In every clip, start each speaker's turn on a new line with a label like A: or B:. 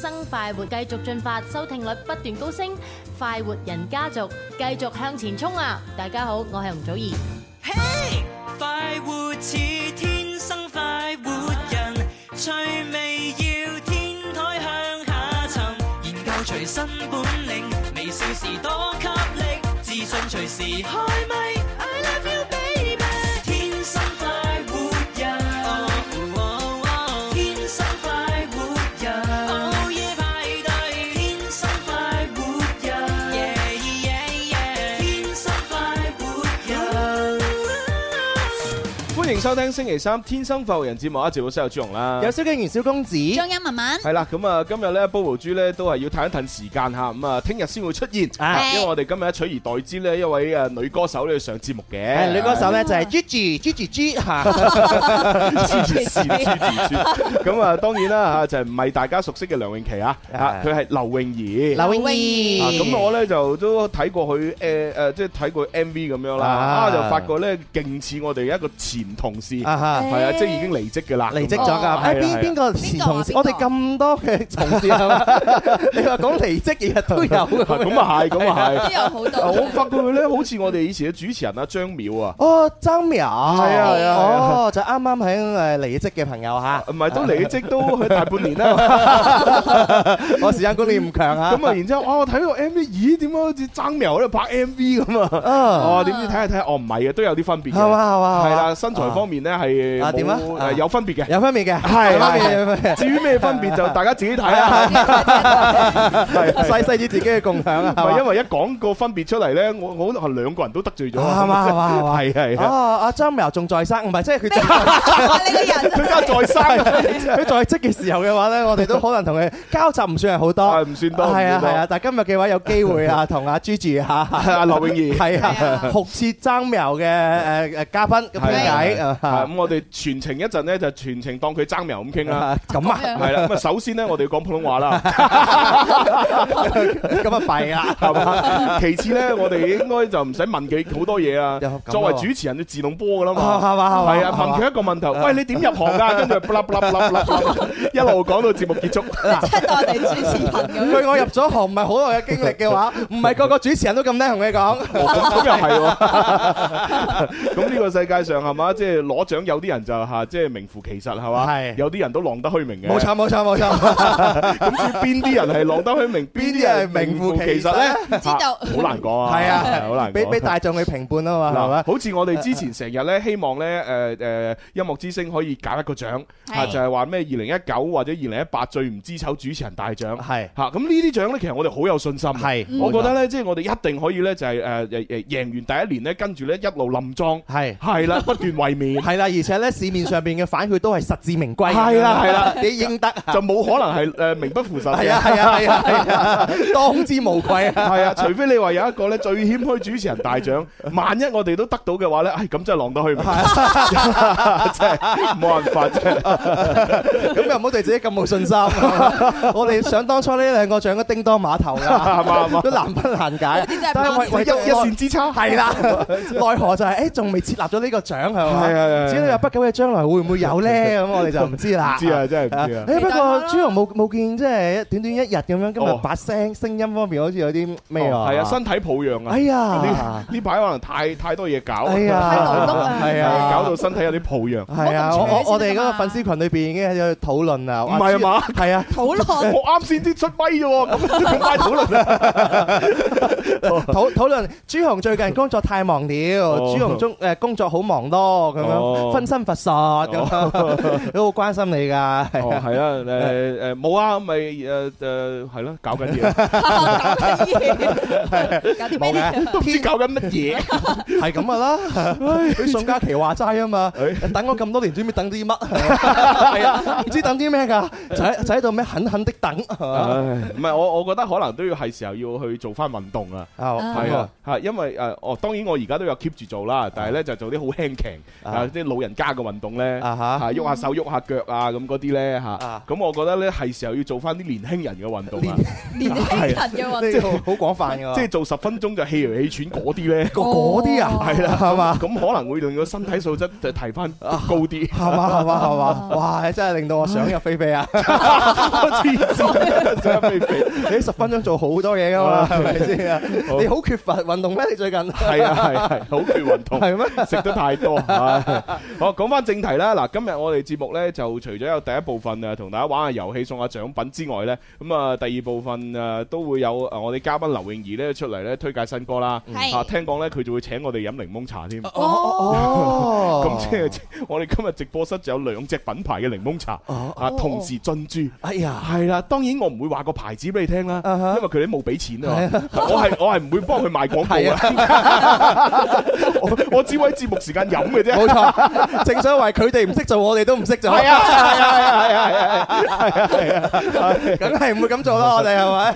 A: 生快活，繼續進發，收聽率不斷高升，快活人家族繼續向前衝啊！大家好，我係吳祖兒。
B: 嘿，快活似天生快活人，趣味要天台向下沉，研究隨身本領，微笑時多給力，自信隨時開咪。I love you baby，天生快活人，哦天生快活人，哦夜派對，天生快活人，yeah yeah yeah，天生快活人。
C: 歡迎收聽星期三《天生浮人》節目啊！直播室有朱紅啦，
D: 有蕭敬元、蕭公子，
E: 張欣 文文，
C: 系啦，咁啊，今日咧，Bobo 豬咧都係要褪一褪時間吓，咁啊，聽日先會出現，
D: 啊
C: 因為我哋今日取而代之呢一位誒女歌手咧上節目嘅，
D: 誒女歌手 Ờ, 咧就係 Gigi Gigi G
C: Ờ.
D: 嚇，
C: 黐線黐線咁啊，當然啦嚇，就係唔係大家熟悉嘅梁詠琪啊，嚇
D: 啊
C: 佢係劉詠儀。
D: 劉
E: 詠
D: 詠
C: 啊，
D: 儀。
C: Ờ, 咁我咧就都睇過佢誒誒，即係睇過 MV 咁樣啦，
D: 啊
C: 啊就發覺咧勁似我哋一個前同事，係
D: 啊哈，
C: 啊，即係已經離職嘅啦，
D: 離職咗
C: 咁
D: 㗎。
C: 啊
D: 誒
C: 係啊
D: 邊邊個前同事？
E: 邊個啊邊個
D: 我哋咁多嘅同事 係嘛？你話講離職，日日都有。
C: 咁啊係，咁啊係。
E: 都有好
C: 啊我
E: 多。
C: 發覺佢咧，好似我哋以前嘅主持人啊，張淼 啊，
D: 哦，周淼，係
C: 啊係啊
D: 哦，就啱啱喺誒離職嘅朋 友嚇，
C: 唔係都離職都去大半年 啦。
D: 我時間管理唔強嚇。
C: 咁啊，然之後哇，我睇到 M V，咦，點解好似張淼喺度拍 M V 咁啊？
D: 啊，
C: 哦，點知睇下睇下，哦唔係嘅，都有啲分別嘅。
D: 係嘛係嘛，
C: 係啦，身材方面咧係
D: 啊點啊
C: 冇
D: 啊
C: 誒有分別 嘅。
D: 有分別嘅，
C: 係
D: 有分別
C: 係
D: 有分別
C: 至於咩分別 就大家自己睇啦。係係
D: 細細啲自己嘅共享啊，
C: 唔係
D: 係
C: 因
D: 嘛？
C: 為一講個分別出嚟咧，我我係兩個人都得罪咗。
D: 啊係嘛係嘛係 嘛
C: 係係
D: 哦，
C: 係。
D: 阿張淼仲在生，唔係即係佢仲。
E: 你個人
C: 佢家在生啊。
D: 佢在職嘅時候嘅話咧，我哋都可能同佢交集唔算係好多，
C: 係唔算多
D: 係
C: 唔算
D: 啊
C: 多
D: 係啊，但係今日嘅話有機會啊，同阿 Gigi 嚇，
C: 阿啊劉詠儀。
D: 係
E: 係
D: 啊
E: 啊，
D: 酷似爭苗嘅誒誒嘉賓咁樣
C: 係
D: 偈
C: 啊
D: 啊
C: 咁我哋全程一陣咧就全程當佢爭苗咁傾啦。
D: 啊咁啊，
C: 係啦，咁啊首先咧我哋要講普通話啦。
D: 咁啊弊啦，
C: 係嘛？其次咧，我哋應該就唔使問佢好多嘢啊
D: 又咁。
C: 作為主持人，就自動波噶啦嘛。
D: 啊係嘛係嘛
C: 係啊，
D: 係嘛
C: 問佢一個問題，喂，你點入行㗎？跟住卜啦卜啦卜啦卜啦，一路講到節目結束。
E: 出到我哋主持人咁樣。
D: 據我入咗行唔係好耐嘅經歷 嘅話，唔係個個主持人都咁叻同你講。
C: 哦咁咁又係喎。咁呢個世界上係嘛，即係攞獎有啲人就嚇，即係名副其實係嘛。
D: 係
C: 有啲人都浪得虛名嘅。
D: 冇錯。冇錯冇錯，
C: 咁至於邊啲人係浪得虛名，邊啲人係名副其實咧？
E: 唔知道
C: 嚇好難講啊。
D: 係 啊
C: 係好難講。
D: 俾俾大眾去評判啊嘛，係咪
C: 嗱，？好似我哋之前成日咧，希望咧，誒誒，音樂之星可以搞一個獎，
E: 係
C: 嚇就係話咩二零一九或者二零一八最唔知醜主持人大獎。
D: 係
C: 嚇咁呢啲獎咧，其實我哋好有信心。
D: 啊
C: 啊
D: 係
C: 我覺得咧，即係我哋一定可以咧，就係誒誒誒贏完第一年咧，跟住咧一路冧莊，
D: 係
C: 係啦，不斷衛冕，
D: 係啦，而且咧市面上邊嘅反饋都係實至名歸。
C: 係啦係啦，
D: 你應得。
C: 就冇可能係誒名不符實
D: 係
C: 嘅
D: 啊。係 啊係啊係啊，當之無愧啊！
C: 係啊，除非你話有一個咧最謙虛主持人大獎，萬一我哋都得到嘅話咧，唉，咁真係浪得虛名，
D: 啊
C: 真係冇辦法真係。
D: 咁又唔好對自己咁冇信心。我哋想當初呢兩個獎都叮當碼頭
C: 啱啱啱
D: 㗎，都難不 難解
E: 啲真係。
D: 但係
E: 幫
D: 唯唯
C: 一一
D: 獨
C: 線之差，
D: 係啦， 奈何就係誒仲未設立咗呢個獎係嘛？
C: 係係係
D: 至於你話不久嘅將來會唔會 有咧？咁我哋就唔知啦。
C: 唔知啊真係唔知啊
D: 誒不過朱紅冇冇見即係短短一日咁樣，今
C: 哦
D: 日把聲聲音方面好似有啲咩啊？
C: 係啊，身體抱恙啊
D: 哎！呀
C: 呢，呢排可能太太多嘢搞，
D: 哎呀，
E: 太勞碌啊
D: 係啊，
C: 搞到身體有啲抱恙。
D: 係啊，
E: 冇咁
D: 我我
E: 扯
D: 我哋嗰
E: 先得
D: 個
E: 嘛
D: 粉絲群裏邊已經喺度討論啦。
C: 唔係啊嘛
D: 係啊，
E: 好耐，
C: 我啱先先出咪啫 喎，咁咁快討論啊！
D: 討討論朱紅最近工作太忙了，朱紅中誒工作好忙咯，咁
C: 哦
D: 樣分身乏術咁樣， 都好關心你㗎。係
C: 哦，
D: 啊
C: 係啦，誒誒冇啊，咪誒誒係咯，搞緊 嘢，
E: 搞緊嘢，搞啲
D: 冇
E: 咩
D: 嘅
E: 呢？
C: 都唔知搞緊乜嘢。
D: 係咁㗎啦。佢宋嘉琪話齋 啊嘛
C: 哎，
D: 等我咁多年，知唔知等啲乜？係啊，唔知等啲咩㗎？就喺就喺度咩狠狠的等。啊
C: 唉唔係我，我覺得可能都要係時候要去做翻運動啊啦。
D: 係啊
C: 係啊，嚇，因為誒，哦，當然我而家都有 keep 住做啦，但係咧就做啲好輕騎，啊，即係老人家嘅運動咧，
D: 啊
C: 啊
D: 哈，
C: 喐下手、喐下腳啊，咁嗰啲咧吓
D: 啊，
C: 咁我覺得咧係時候要做翻啲年輕人嘅運動啊，
E: 年輕人嘅運
D: 呢個 好廣泛㗎喎。
C: 即係做十分鐘就氣嚟氣喘嗰啲咧，
D: 嗰嗰啲 啊，
E: 係
D: 啦，係嘛，
C: 咁可能會令到身體素質就提翻高啲。
D: 係嘛，係嘛，係嘛，哇！真係令到我想入非 非啊！
C: 黐線，真係未肥。
D: 你十分鐘做好多嘢㗎嘛，係咪先啊？
C: 哦好
D: 你好缺乏運動咩？你最近
C: 係啊係係，好缺運動。
D: 係咩？
C: 食得太多。 唉好，講翻正題啦。嗱，今日我哋節目呢，就除咗有第一部分啊，同大家玩下遊戲送下獎品之外呢，咁啊第二部分啊都會有啊我哋嘉賓劉泳儀呢出嚟呢推介新歌啦。
E: 係
C: 啊，聽講呢，佢就會請我哋飲檸檬茶添。
D: 哦哦
C: 咁即係我哋今日直播室就有兩隻品牌嘅檸檬茶
D: 哦，
C: 啊，同時進駐。
D: 哎呀，
C: 係啦，當然我唔會話個牌子俾你聽啦，
D: 啊哈
C: 因為佢哋都冇俾錢啊嘛。我係我係唔會幫佢賣廣告啊。
D: 啊
C: 我我只會喺節目時間飲嘅啫。
D: 冇 錯，正所謂佢哋唔識做，我哋都唔識做，
C: 係啊，係啊，係啊，係啊，係啊，係啊。
D: 梗係唔會咁做啦，我哋係咪？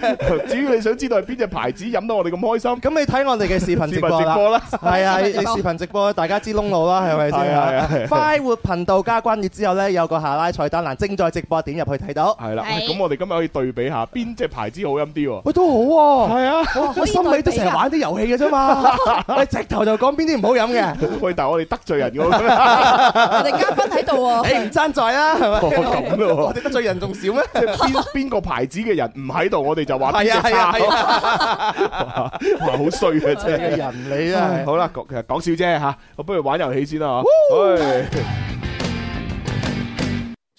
C: 至於你想知道係邊隻牌子飲到我哋咁開心，
D: 咁你睇我哋嘅視頻直播
C: 視頻直
D: 啦
C: 播啦，
D: 係啊，你
E: 視頻直
D: 視
E: 播
D: 頻直播大家知窿路啦，係咪
C: 係
D: 先
C: 啊係啊係啊
D: 啊？快活頻道加關注之後咧，有個下拉菜單欄，正在直播點入去睇到，
C: 係啦。
E: 係
C: 咁我哋今日可以對比下邊隻牌子好飲啲喎。
D: 喂都好喎。
C: 係啊，
D: 我哦心理都成日玩啲遊戲嘅 啫嘛，喂直頭就講邊啲唔好飲嘅，
C: 喂，但係我哋得罪人嘅，
E: 我哋嘉賓喺度 喎，
D: 你唔爭在啦，係咪？
C: 咁咯
D: 我哋得罪人仲少 咩？
C: 即係邊邊個牌子嘅人唔喺度，我哋就話邊隻
D: 係啊係
C: 差
D: 啊係。啊，
C: 哇，好衰啊，真係。
D: 人你
C: 唉
D: 啊，
C: 好啦，講其實講笑啫吓，我不如玩遊戲先啦嚇。唉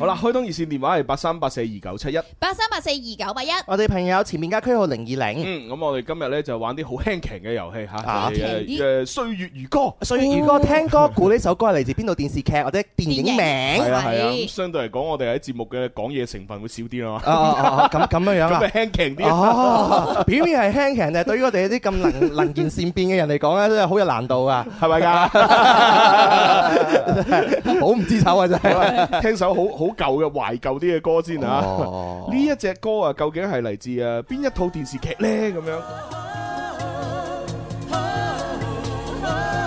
C: 好啦，開通熱線電話係八三八四二九七一。
E: 八三八四二九八一，
D: 我哋朋友前面家區號零二零。
C: 嗯，咁我哋今日咧就玩啲好輕強嘅遊戲吓，
D: 啊
E: 輕啲
C: 誒歲月如歌。
D: 所以如果聽歌估呢首歌係嚟自邊度電視劇或者電影
E: 電
D: 名？
C: 係啊係啊，
E: 係
C: 咁相對嚟講，我哋喺節目嘅講嘢成分會少啲咯，
D: 哦哦哦，咁咁樣
C: 咁
D: 樣
C: 咪
D: 啊。
C: 輕強啲。
D: 哦，表面係輕強，但係對於我哋啲咁 能能言善辯嘅人嚟講咧，真係好有難度啊！
C: 係 咪㗎？
D: 好唔知醜啊！真係。
C: 聽首好好舊嘅懷舊啲嘅歌先啊！
D: 哦
C: 呢一隻歌啊，究竟係嚟自啊邊一套電視劇呢？咁樣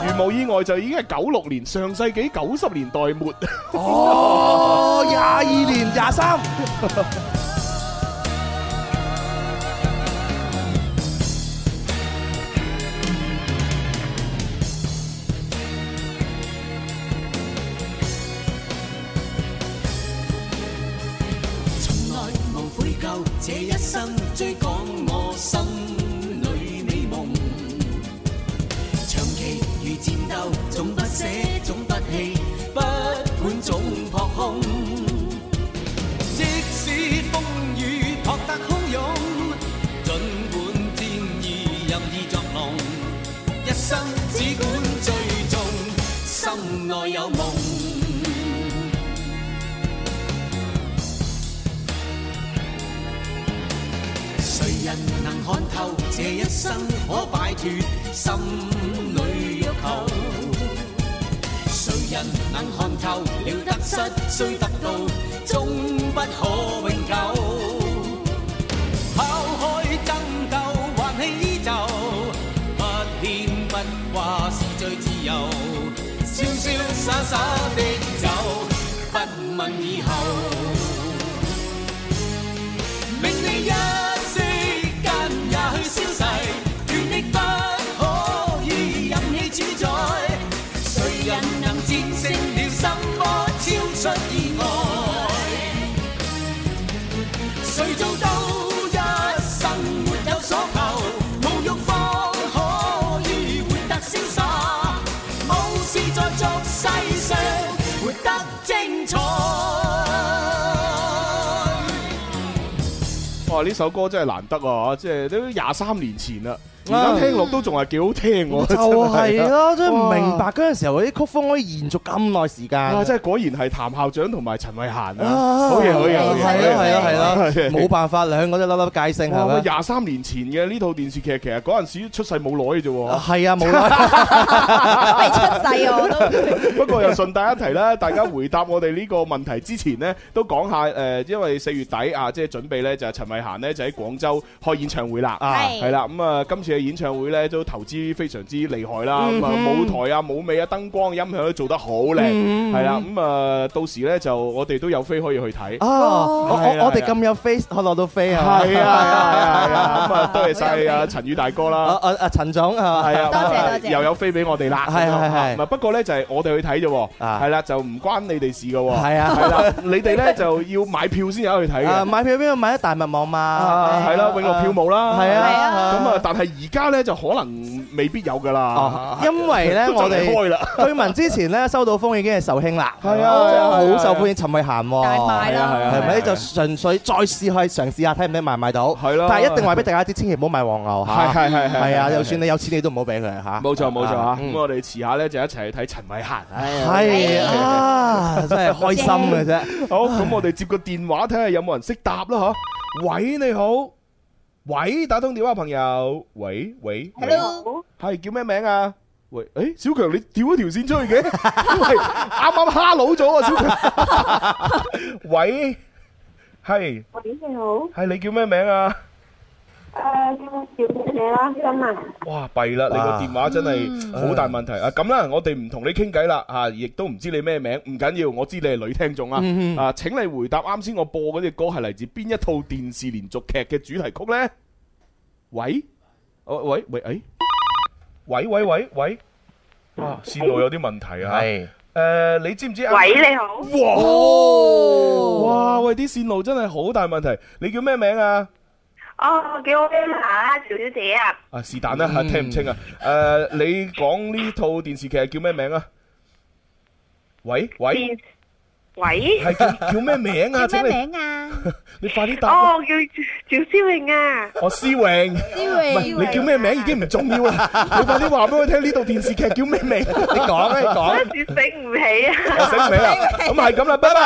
C: 如無意外，就已經係九六年上世紀九十年代末。
D: 哦，廿二年廿三，
F: 從來無悔疚，這一生追趕我心裏美夢。長期如戰鬥，總不捨，總不棄，不管總撲空。即使風雨撲得洶湧，儘管天意任意作弄，一生只管追蹤，心內有夢。谁人能看透这一生可擺脱心裏欲求？誰人能看透了得失雖得到，終不可永久。拋開爭鬥，還氣依舊，不偏不掛是最自由。瀟瀟灑灑的走，不問以後。命你一息間也許消逝，權力不可以任其主宰。誰人能戰勝了什麼，超出意外？誰做到一生沒有所求，無欲方可以活得瀟灑，無事在俗世上活得精彩。
C: 哇！呢首歌真係難得啊，即係都廿三年前啦，而家聽落都仲係幾好 聽喎，
D: 就
C: 真係
D: 係
C: 啊
D: 咯，真係唔
C: 哇
D: 明白嗰陣時候嗰啲曲風可以延續咁耐時間。
C: 啊！真係果然係譚校長同埋陳慧嫻啊，
D: 啊
C: 好嘢好嘢，
E: 係
C: 好嘢
D: 係咯係咯
C: 好
D: 係咯
C: 嘢，
D: 冇辦法，兩個都粒粒皆星係
C: 哇！
D: 咪？
C: 廿三年前嘅呢套電視劇，其實嗰陣時出世冇耐嘅啫喎。
D: 係啊，冇啦，
E: 未出世我都
C: 不過又順帶一提啦，大家回答我哋呢個問題之前呢，都講下誒、呃因為四月底啊，即係準備呢，就係陳慧嫻呢，就喺廣州開演唱會啦。
D: 啊
C: 係啦，咁啊，今次嘅演唱會呢，都投資非常之厲害啦，
D: 嗯
C: 咁啊舞台啊、舞美啊、燈光、音響都做得好靚，
D: 嗯
C: 係啦，咁啊到時呢，就我哋都有飛可以去睇。
D: 啊，我
C: 係啊
D: 我我哋
C: 係啊
D: 咁有 face，我落到飛
C: 係
D: 啊！
C: 啊係啊係啊，咁啊多謝晒啊陳宇大哥啦。
D: 啊啊啊！陳總係嘛？
C: 係啊，
E: 多謝
C: 咁啊
E: 多謝
C: 又有飛俾我哋啦。
D: 係
C: 咁樣啊
D: 係係
C: 唔係不過咧就係我哋去睇啫喎，
D: 啊
C: 係啦就唔關你哋事嘅喎。
D: 係啊
C: 係啦，你哋咧就要買票先有得去睇
D: 啊
C: 嘅。
D: 買票邊度買？喺大麥網嘛
C: 啊，。係啦，永樂票務啦。
D: 係啊
E: 係啊
C: 咁啊，但係而家咧就可能未必有㗎啦
D: 哦，。因為 咧
C: 都就
D: 我
C: 嚟開
D: 哋
C: 啦。
D: 居民之前咧收到風已經係受興啦，
C: 係啊
D: 真係
C: 係啊
D: 好受歡迎，陳慧嫻喎，
E: 大賣
C: 係啊係啊
E: 啦，
D: 係咪
C: 係啊
D: 就純粹再試去嘗試下睇唔睇賣唔賣到？
C: 係咯
D: 但係一定話俾大家知，千祈唔好買黃
C: 係
D: 牛嚇。
C: 係係
D: 係啊，就算你有錢，你都唔好俾佢嚇。
C: 冇錯冇錯嚇。咁
D: 嗯
C: 我哋遲下咧就一齊去睇陳慧嫻。
D: 係啊，真係開心嘅啫。
C: 好，咁我哋接個電話睇下有冇人識答啦嚇。喂，你好。喂，打通電話朋友。喂喂。喂
E: Hello，
C: 系叫咩名啊？喂，诶，小強你掉咗條線出去嘅， 喂，啱啱哈佬咗啊，小強。喂，係
G: 喂，你好，
C: 係你叫咩名啊？
G: 誒，叫叫你啦，新文，
C: 哇，弊啦，你個
D: 哇
C: 電話真係好大問題啊！咁啦，我哋唔同你傾偈啦，吓，亦都唔知你咩名，唔緊要，我知你係女聽眾啊。
D: 嗯嗯
C: 啊，請你回答啱先我播嗰只歌係嚟自邊一套電視連續劇嘅主題曲呢？喂，哦喂喂，诶，喂喂喂喂，哇，線路有啲問題啊。诶、你知唔知啊？
G: 喂，你好，
C: 哇！哇！喂，啲線路真係好大問題。你叫咩名啊？
G: 哦，叫我 Emma 啊，趙小姐啊，
C: 啊，是但啦，
D: 嗯
C: 聽唔清啊。诶、你講呢套電視劇叫咩名啊？喂喂，
G: 電喂，
C: 係叫叫咩名啊？
E: 叫
C: 請
E: 咩
C: 你
E: 名啊？
C: 你快啲答啦。
G: 哦，叫趙思穎啊，
C: 我思榮，唔
E: 思慧，
C: 係你叫咩名已經唔重要啦。你快啲話俾我聽呢套電視劇叫咩名？
D: 你講啊，你講。
G: 一時醒唔起啊，
C: 我醒唔起啦。咁係咁啦，拜拜。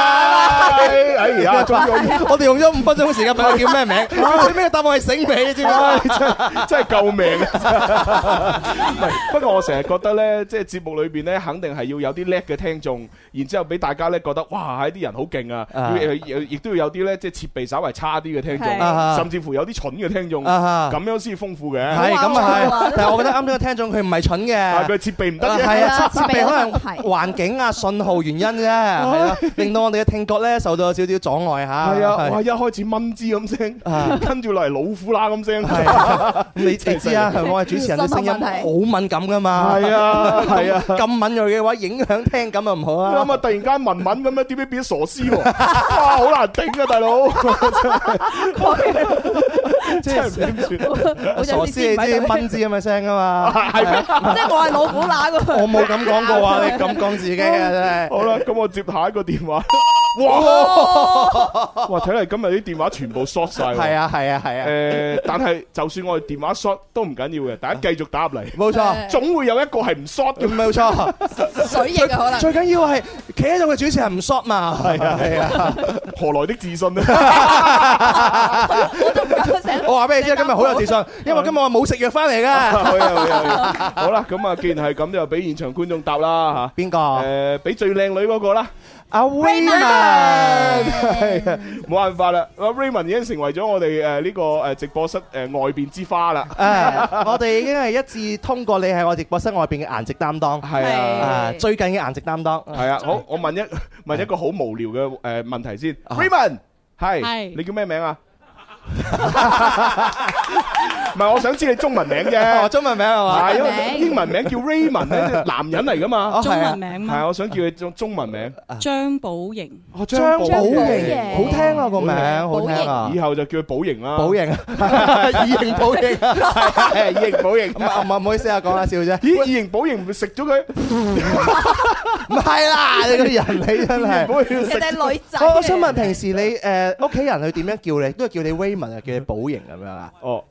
C: 哎呀，終於可以。
D: 我哋用咗五分鐘時間問佢叫 咩名，最尾嘅答案係醒尾，你知唔知？
C: 唉真係真係救命 啊！唔係不過我成日覺得呢，即係節目裏邊呢，肯定係要有啲叻嘅聽眾，然之後俾大家呢覺得哇，啲人好勁啊！
D: 啊
C: 要要亦都要有啲呢，即係設備稍為差啲嘅聽眾，
E: 係
D: 啊
C: 甚至乎有啲蠢嘅聽眾，
D: 啊哈
C: 咁樣先豐富嘅。
D: 係
E: 好啊
D: 咁啊
E: 好啊
D: 係，但係我覺得啱啱嘅聽眾佢唔係
C: 但
D: 蠢嘅
C: 係。佢設備唔得
D: 啊
C: 啫。
D: 係啊，
E: 係啊
D: 設
E: 設
D: 備
E: 備
D: 可能
E: 有問題
D: 環境啊、信號原因啫，係咯，令到我哋嘅聽覺咧受到少少阻礙嚇。
C: 係啊，哇！一開始蚊枝咁聲
D: 啊，
C: 跟住落嚟老虎啦咁聲。
D: 係你你知啊，我係主持人嘅聲音好敏感噶嘛。
C: 係啊，係啊。
D: 咁敏鋭嘅話，影響聽感就唔好 啦
C: 咁。啊！突然間文文咁樣，點解變咗傻師喎？哇！好難頂啊，大佬，真係唔知點
D: 即係
C: 算。
E: 好
D: 傻師，
E: 似先
D: 你
E: 唔喺
D: 知
E: 度
D: 蚊子咁嘅聲噶嘛？
C: 係咩？
E: 即係我係老虎乸嗰個
D: 我冇咁講過啊，你咁講自己啊，真係。
C: 好啦，咁我接下一個電話。哇！哇，睇嚟今日啲電話全部 short 晒。
D: 係。啊，係啊，係啊，
C: 誒，但係就算我哋電話 short 都唔緊要嘅，大家繼續打入嚟，
D: 冇錯。
C: 總會有一個係唔 short
D: 唔
C: 嘅。
D: 冇錯，
E: 水翼啊，可能
D: 最緊要係企喺度嘅主持人唔 short 嘛，係啊係啊，
C: 何來的自信呢？
E: 我都唔敢寫。
D: 我話俾你知，今日好有自信，因為今日我冇食藥翻
C: 好
D: 嚟嘅。
C: 啊好啊好啊好啦，咁啊，既然係咁，就俾現場觀眾答啦
D: 邊個？
C: 嚇。誒，俾最靚女嗰個啦，
D: 阿 Raymond，
C: 係啊冇辦法啦。阿 Raymond 已經成為咗我哋誒呢個誒直播室誒外邊之花啦。
D: 誒，我哋已經係一致通過你係我直播室外邊嘅顏值擔當，
C: 係啊。
D: 啊，最近嘅顏值擔當，
C: 系啊，好，我問一問一個好無聊嘅诶问题先，Raymond 係
A: 係
C: 你叫咩名啊？ 唔係，我想知你中文名啫
D: 哦，，中文名係嘛？
C: 係因
E: 中文
C: 為
E: 名
C: 英文名叫 Raymond 咧，男人嚟噶嘛，
D: 哦
H: 中
D: 係啊
H: 文名
C: 係啊，
H: 嘛，
C: 我想叫你中中文名，
H: 張寶瑩，
C: 哦
D: 張寶瑩，
E: 瑩
D: 好聽啊個名，好
E: 寶瑩
D: 聽啊
C: 以，後就叫佢寶瑩啦，
D: 寶瑩， 以形寶瑩，
C: 係以形寶
D: 唔
C: 瑩。
D: 係唔係唔好意思啊，講下笑啫，
C: 咦，以形寶瑩唔會食咗佢，
D: 唔係 啦，你個人你真係
C: 寶。瑩
E: 人
C: 食。
E: 哋女仔嚟嘅。
D: 我 我想問，平時你誒屋企人佢點樣叫你？都係叫你 Raymond 啊，叫你寶瑩咁樣啊？
C: 哦，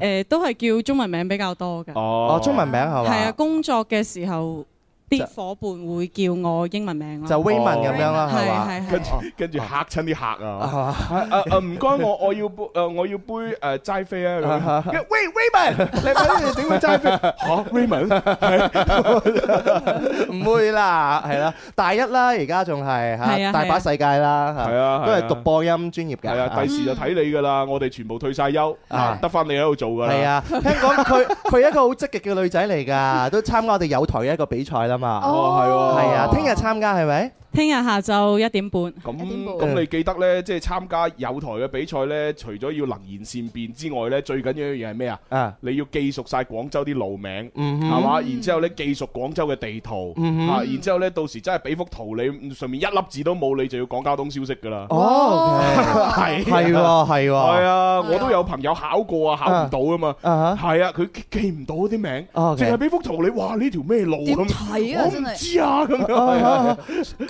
H: 誒都係叫中文名比較多㗎。
C: 哦
D: 哦，中文名係嘛？
H: 係啊，工作嘅時候啲伙伴會叫我英文名
D: 就
H: 咯。
D: 威文咁樣啦，係嘛？
H: 係係
C: 跟
H: 係
C: 住跟住嚇親啲客啊！
D: 係嘛
C: 啊啊啊唔該，我我要杯誒我要杯誒齋啡啊！咁樣
D: 喂，Raymond，你快啲整個齋啡。
C: 嚇 Raymond
D: 唔會啦，係啦，大一啦，而家仲係
H: 係
D: 嚇，
H: 啊
D: 大把世界啦，
C: 係啊係啊
D: 都係讀播音專業㗎。
C: 係啊，第時就睇你㗎啦，我哋全部退晒休，啊得翻你喺度做㗎啦。
D: 係啊，聽講 佢佢係一個好積極嘅女仔嚟㗎，都參加我哋有台嘅一個比賽啦嘛。
C: 哦，係喎。
D: 係啊，聽日參加係咪？
H: 聽日下晝一點半，
C: 咁
E: 一點半
C: 咁，你記得呢，即係參加有台嘅比賽呢，除咗要能言善辯之外呢，最緊要一樣嘢係咩啊？
D: 啊，
C: 你要記熟晒廣州啲路名，
D: 嗯
C: 係嘛？然之後呢，記熟廣州嘅地圖，
D: 嗯
C: 啊，然之後呢，到時真係俾幅圖你，嗯上面一粒字都冇，你就要講交通消息㗎啦。
D: 哦，
C: 係啊
D: 係喎，係
C: 係
D: 喎，
C: 啊，
E: Ờ.
C: 我都有朋友考過啊，Ờ. 考唔到啊嘛。
D: 啊哈，
C: 係啊，佢記記唔到啲名，
D: 哦，OK
C: 淨係俾幅圖你，哇！呢條咩路
E: 點
C: 咁？
E: 睇
C: 我
E: 啊？
C: 唔
E: 真係
C: 知啊，咁樣 係啊
D: 啊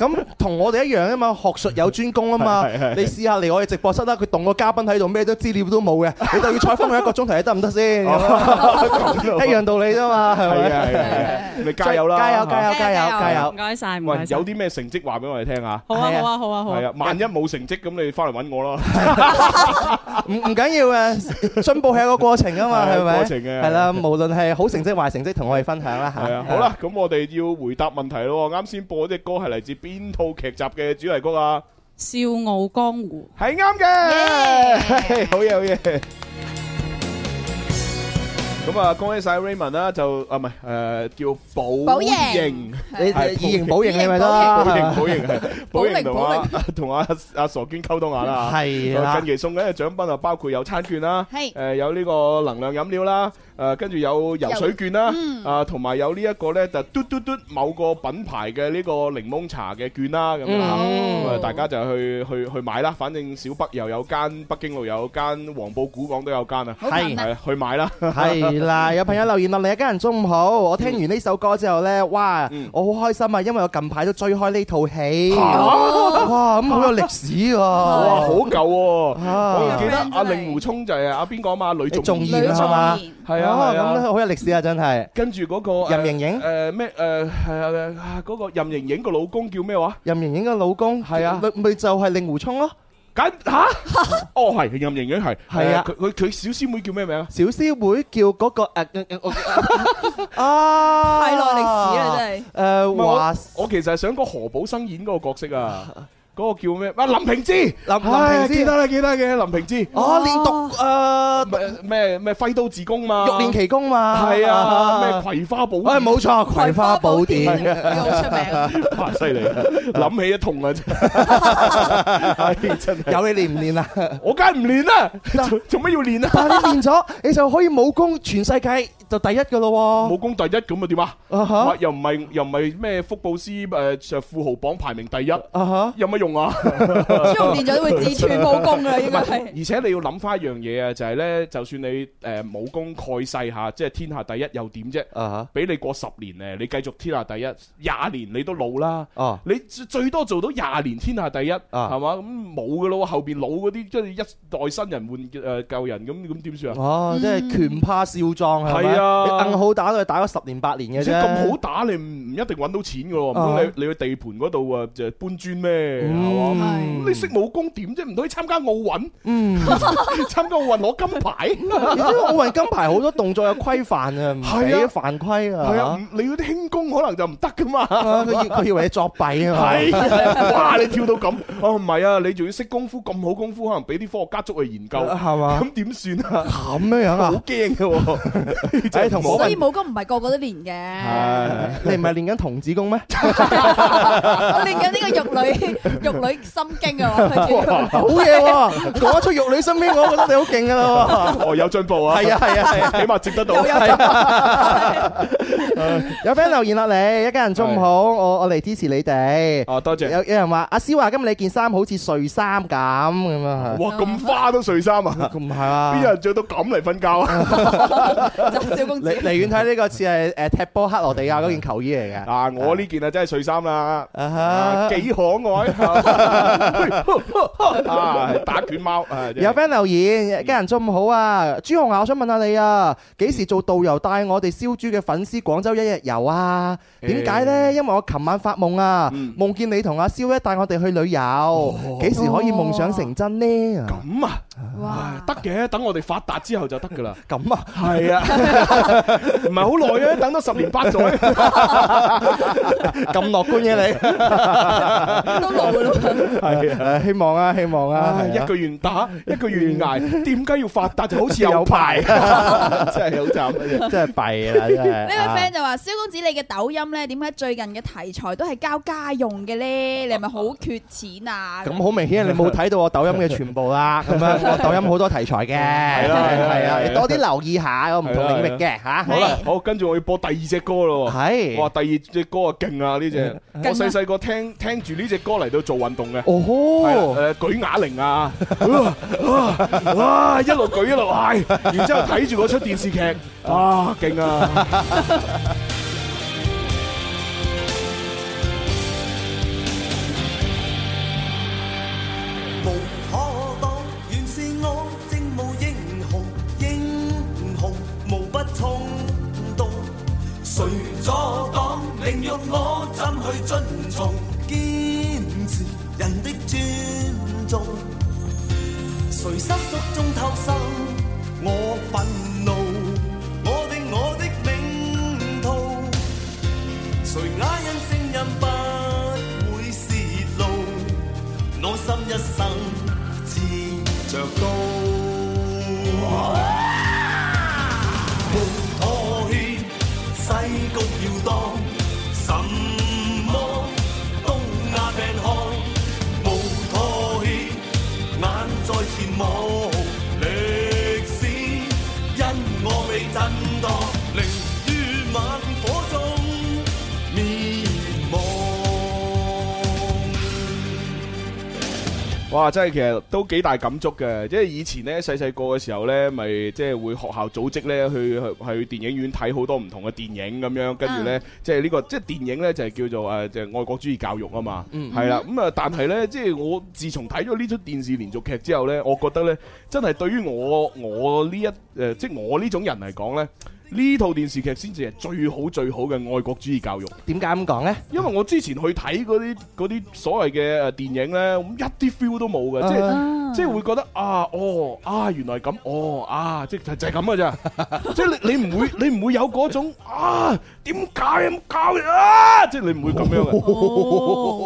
D: 咁同我哋一樣啊嘛，學術有專攻啊嘛。
C: 係係係
D: 你試下嚟我哋直播室啦，佢當個嘉賓喺度，咩都資料都 冇嘅，你就要採訪佢一個鐘頭，你得唔得先？一樣道理啫嘛，係
C: 係
D: 咪？
C: 啊係啊係 啊，你加油啦！
D: 加油加油加油加
H: 唔
D: 油！
H: 該晒，唔
C: 喂，
H: 該晒
C: 有。啲咩成績話俾我哋聽啊？
H: 好啊好啊好啊好
C: 係
H: 啊
C: 啊，！萬一冇成績咁，你翻嚟揾我咯。
D: 唔唔緊要嘅， 進步係有個過程啊嘛，
C: 係
D: 係咪？
C: 過程嘅
D: 係啦，無論係好成績壞成績，同我哋分享啦嚇。
C: 係啊，好啦，咁我哋要回答問題咯。啱先播嗰隻歌係嚟自邊套劇集嘅主題曲啊？
H: 笑傲江湖，
C: 係啱嘅， 好嘢好嘢。咁啊，恭喜晒 ờ, Raymond à, 啦，就啊唔係誒叫寶
E: 寶瑩
C: 瑩。
D: 你，你
C: 係
D: 以形補形你咪得
C: 保
D: 啦
C: 盈。保盈係保盈同啊 同阿阿傻娟溝通下啦。
D: 係啦
C: 近期送緊嘅獎品啊，包括有餐券啦，
E: 係
C: 誒有呢個能量飲料啦，誒跟住有游水券啦，啊同埋有呢一個咧就嘟嘟嘟某個品牌嘅呢個檸檬茶嘅券啦咁樣啊。咁啊，
E: 哦
C: 大家就去去去買啦，反正小北又有間，北京路又有間，黃埔古港都有間啊，
E: 好近啊！
C: 係去買啦。
D: 係啦，有朋友留言落嚟，一家人中午好。我聽完呢首歌之後呢，哇
C: 嗯，
D: 我好開心啊，因為我近排都追開呢套戲。
C: 嚇
D: 哇，咁好有歷史 喎。
C: 哇，好舊喎！
D: 啊
C: 我記得
E: 有 friend
C: 阿
E: 真係
C: 令狐沖就係阿邊個啊嘛，呂
D: 你
C: 仲
D: 仲
C: 義
D: 要係嘛？
C: 係啊
D: 哦
C: 係
D: 咁
C: 啊，
D: 好有歷史啊，真係。
C: 跟住嗰個
D: 任盈盈
C: 誒咩誒係啊嗰個任盈盈個老公叫咩 話？
D: 任盈盈嘅老公
C: 係啊
D: 咪咪就係令狐沖咯，
C: 簡吓哦係任盈盈係
D: 係啊
C: 誒佢佢佢小師妹叫咩名啊？
D: 小師妹叫嗰個誒誒誒啊，
E: 太耐歷史啦，真係。
D: 誒
C: 唔係我
D: 華
C: 我其實係想講何寶生演嗰個角色 啊，嗰個叫咩？啊林平之，林
D: 林平之
C: 記得啦記得嘅林平之，
D: 哦，連讀誒
C: 咩咩咩揮刀自宮嘛，
D: 《玉練奇功》嘛，
C: 係啊咩葵花寶
D: 誒
C: 典
D: 冇錯，《葵花寶 典》
E: 好出名。
C: 哇！犀利 啊，諗起一痛啊！真係唉真係，
D: 有你練唔練啊？
C: 我梗係唔練啦，做做乜要練啊？
D: 但係你練咗，你就可以武功全世界就第一噶咯
C: 武功第一咁啊點啊？
D: 喎！啊哈
C: 哇又唔係又唔係咩福布斯誒就富豪榜排名第一，
D: 啊哈！
C: 有乜用啊？
E: 朱紅電咗會自斷武功㗎啦，應該係。
C: 而且你要諗翻一樣嘢啊，就係咧，就算你誒武功蓋世嚇，即係天下第一又點啫？
D: 啊哈！
C: 俾你過十年誒，你繼續天下第一，廿年你都老啦。
D: 哦，
C: 你最最多做到廿年天下第一，係嘛？咁冇噶咯喎，後邊老嗰啲即係一代新人換誒舊人，咁咁點算啊？
D: 哦，即係拳怕少壯係咪
C: 係啊
D: 你硬好打都係打咗十年八年
C: 而
D: 嘅
C: 且
D: 啫。
C: 咁好打，你唔唔一定揾到錢噶喎。唔通你
D: 啊
C: 你去地盤嗰度啊，就搬磚咩？係嘛？
D: 嗯，
C: 咁你識武功點啫？唔通去參加奧 運？
D: 嗯。
C: 參加奧運攞 金牌？
D: 而且奧運金牌好多動作有規範啊，唔
C: 係
D: 俾
C: 啊
D: 犯規
C: 係啊，
D: 啊
C: 唔。你嗰啲輕功可能就唔得噶嘛。
D: 啊佢 以佢以為你作弊啊嘛。
C: 係啊，哇！你跳到咁，哦唔係啊，你仲要識功夫咁好功夫，可能俾啲科學家捉去研究，
D: 係嘛？
C: 咁點算啊？
D: 咁樣樣
C: 好
D: 啊
C: 驚？嘅 喎，
D: 誒，同我
E: 所
D: 問
E: 以武功唔係個個都練
D: À.
E: 嘅，
D: 你唔係練緊童子 功咩？
E: 我練緊呢個玉女玉女心經啊，佢叫
D: 好嘢喎！講得出玉女身邊，我覺得你好勁 噶啦
C: 哦有進步
D: 喎。
C: 啊！
D: 係啊係啊係啊！
C: 起碼值得到。
D: 係 啊有 friend 留言落嚟，一家人中午好，我我嚟支持你哋。
C: 啊，多謝。
D: 有有人話阿思華今日你件衫好似睡衫咁咁啊，
C: 哇，咁花都睡衫啊！
D: 咁係啊
C: 邊有。人着到咁嚟瞓覺啊？
E: 就小公
D: 離
E: 子。
D: 離遠睇呢個似係誒踢波克羅地亞嗰件球衣嚟嘅。
C: 嗱，我呢件啊真係睡衫啦，
D: 啊
C: 啊
D: 哈！
C: 幾可愛 啊！打卷貓啊，真係
D: 有 friend 留
C: 嗯
D: 言，家人中午好啊！朱紅啊，我想問下你啊，幾時做導遊帶我哋燒豬嘅粉絲廣州一日遊啊？點解呢？因為我琴晚發夢啊，
C: 嗯哦
D: 夢見你同阿蕭咧帶我哋去旅遊，幾時可以夢想成真呢？
C: 咁啊，
E: 哇！
C: 得嘅，等我哋發達之後就得噶啦。
D: 咁啊，
C: 係啊， 唔係好耐啊，等多十年八載。
D: 咁樂觀嘅
E: 都老 啦，
C: 係
D: 你， 誒希望啊，希望啊，
C: 啊，
D: 係
C: 一
D: 啊
C: 個願打，一個願捱，點解要發達就好似有排，真係好慘。
D: 真係弊啊！真係。
E: 呢位 friend 就話：蕭公子，你嘅抖音咧，點解最近嘅題材都係交家用嘅咧？你係咪好缺錢啊？
D: 咁好明顯，你冇睇到我抖音嘅全部啦。咁樣， 我抖音好多題材嘅，
C: 啦係
D: 係
C: 啦
D: 係啊，
C: 係啦
D: 你多啲留意下，我唔同領域嘅嚇。
C: 好啦，好，跟住我要播第二隻歌咯喎。
D: 係
C: 哇！第二隻歌啊，勁啊呢只，我細細個聽聽住呢只歌嚟到做運動嘅。係
D: 哦，
C: 啊誒舉啞鈴啊， 哇哇一路舉一路嗌，然之後睇住嗰出電視劇，啊勁啊！
F: 無可擋，原是我正武英雄，英雄無不衝動。誰阻擋，令讓我怎去遵從？堅持人的尊重。誰失足中偷生，我憤怒，我定我的命途。誰啞忍聲音不會泄露，我心一生刺着刀。無可勸，世局要當，什麼東亞病漢，無妥協，眼在前望，歷史因我被震盪，凌於猛火中滅亡。
C: 哇！真係其實都幾大感觸嘅，即係以前呢，細細個嘅時候呢，咪即係會學校組織呢去去去電影院睇好多唔同嘅電影咁樣，跟住呢，即係呢個即係電影呢，就係叫做誒即係愛國主義教育啊嘛，係啦咁啊！但係呢，即係我自從睇咗呢出電視連續劇之後呢，我覺得呢，真係對於我我呢一誒、呃即係我呢種人嚟講呢，呢套電視劇先至係最好最好嘅愛國主義教育。
D: 點解咁講咧？
C: 因為我之前去睇嗰啲嗰啲所謂嘅呃誒電影呢，咁一啲 feel 都冇
D: 嗯
C: 嘅，即係。即係會覺得啊，哦，啊，原來咁，哦，啊，即係就係咁嘅咋，即係你你唔會你唔會有嗰種啊，點解咁搞嘅啊？即係你唔會咁樣嘅。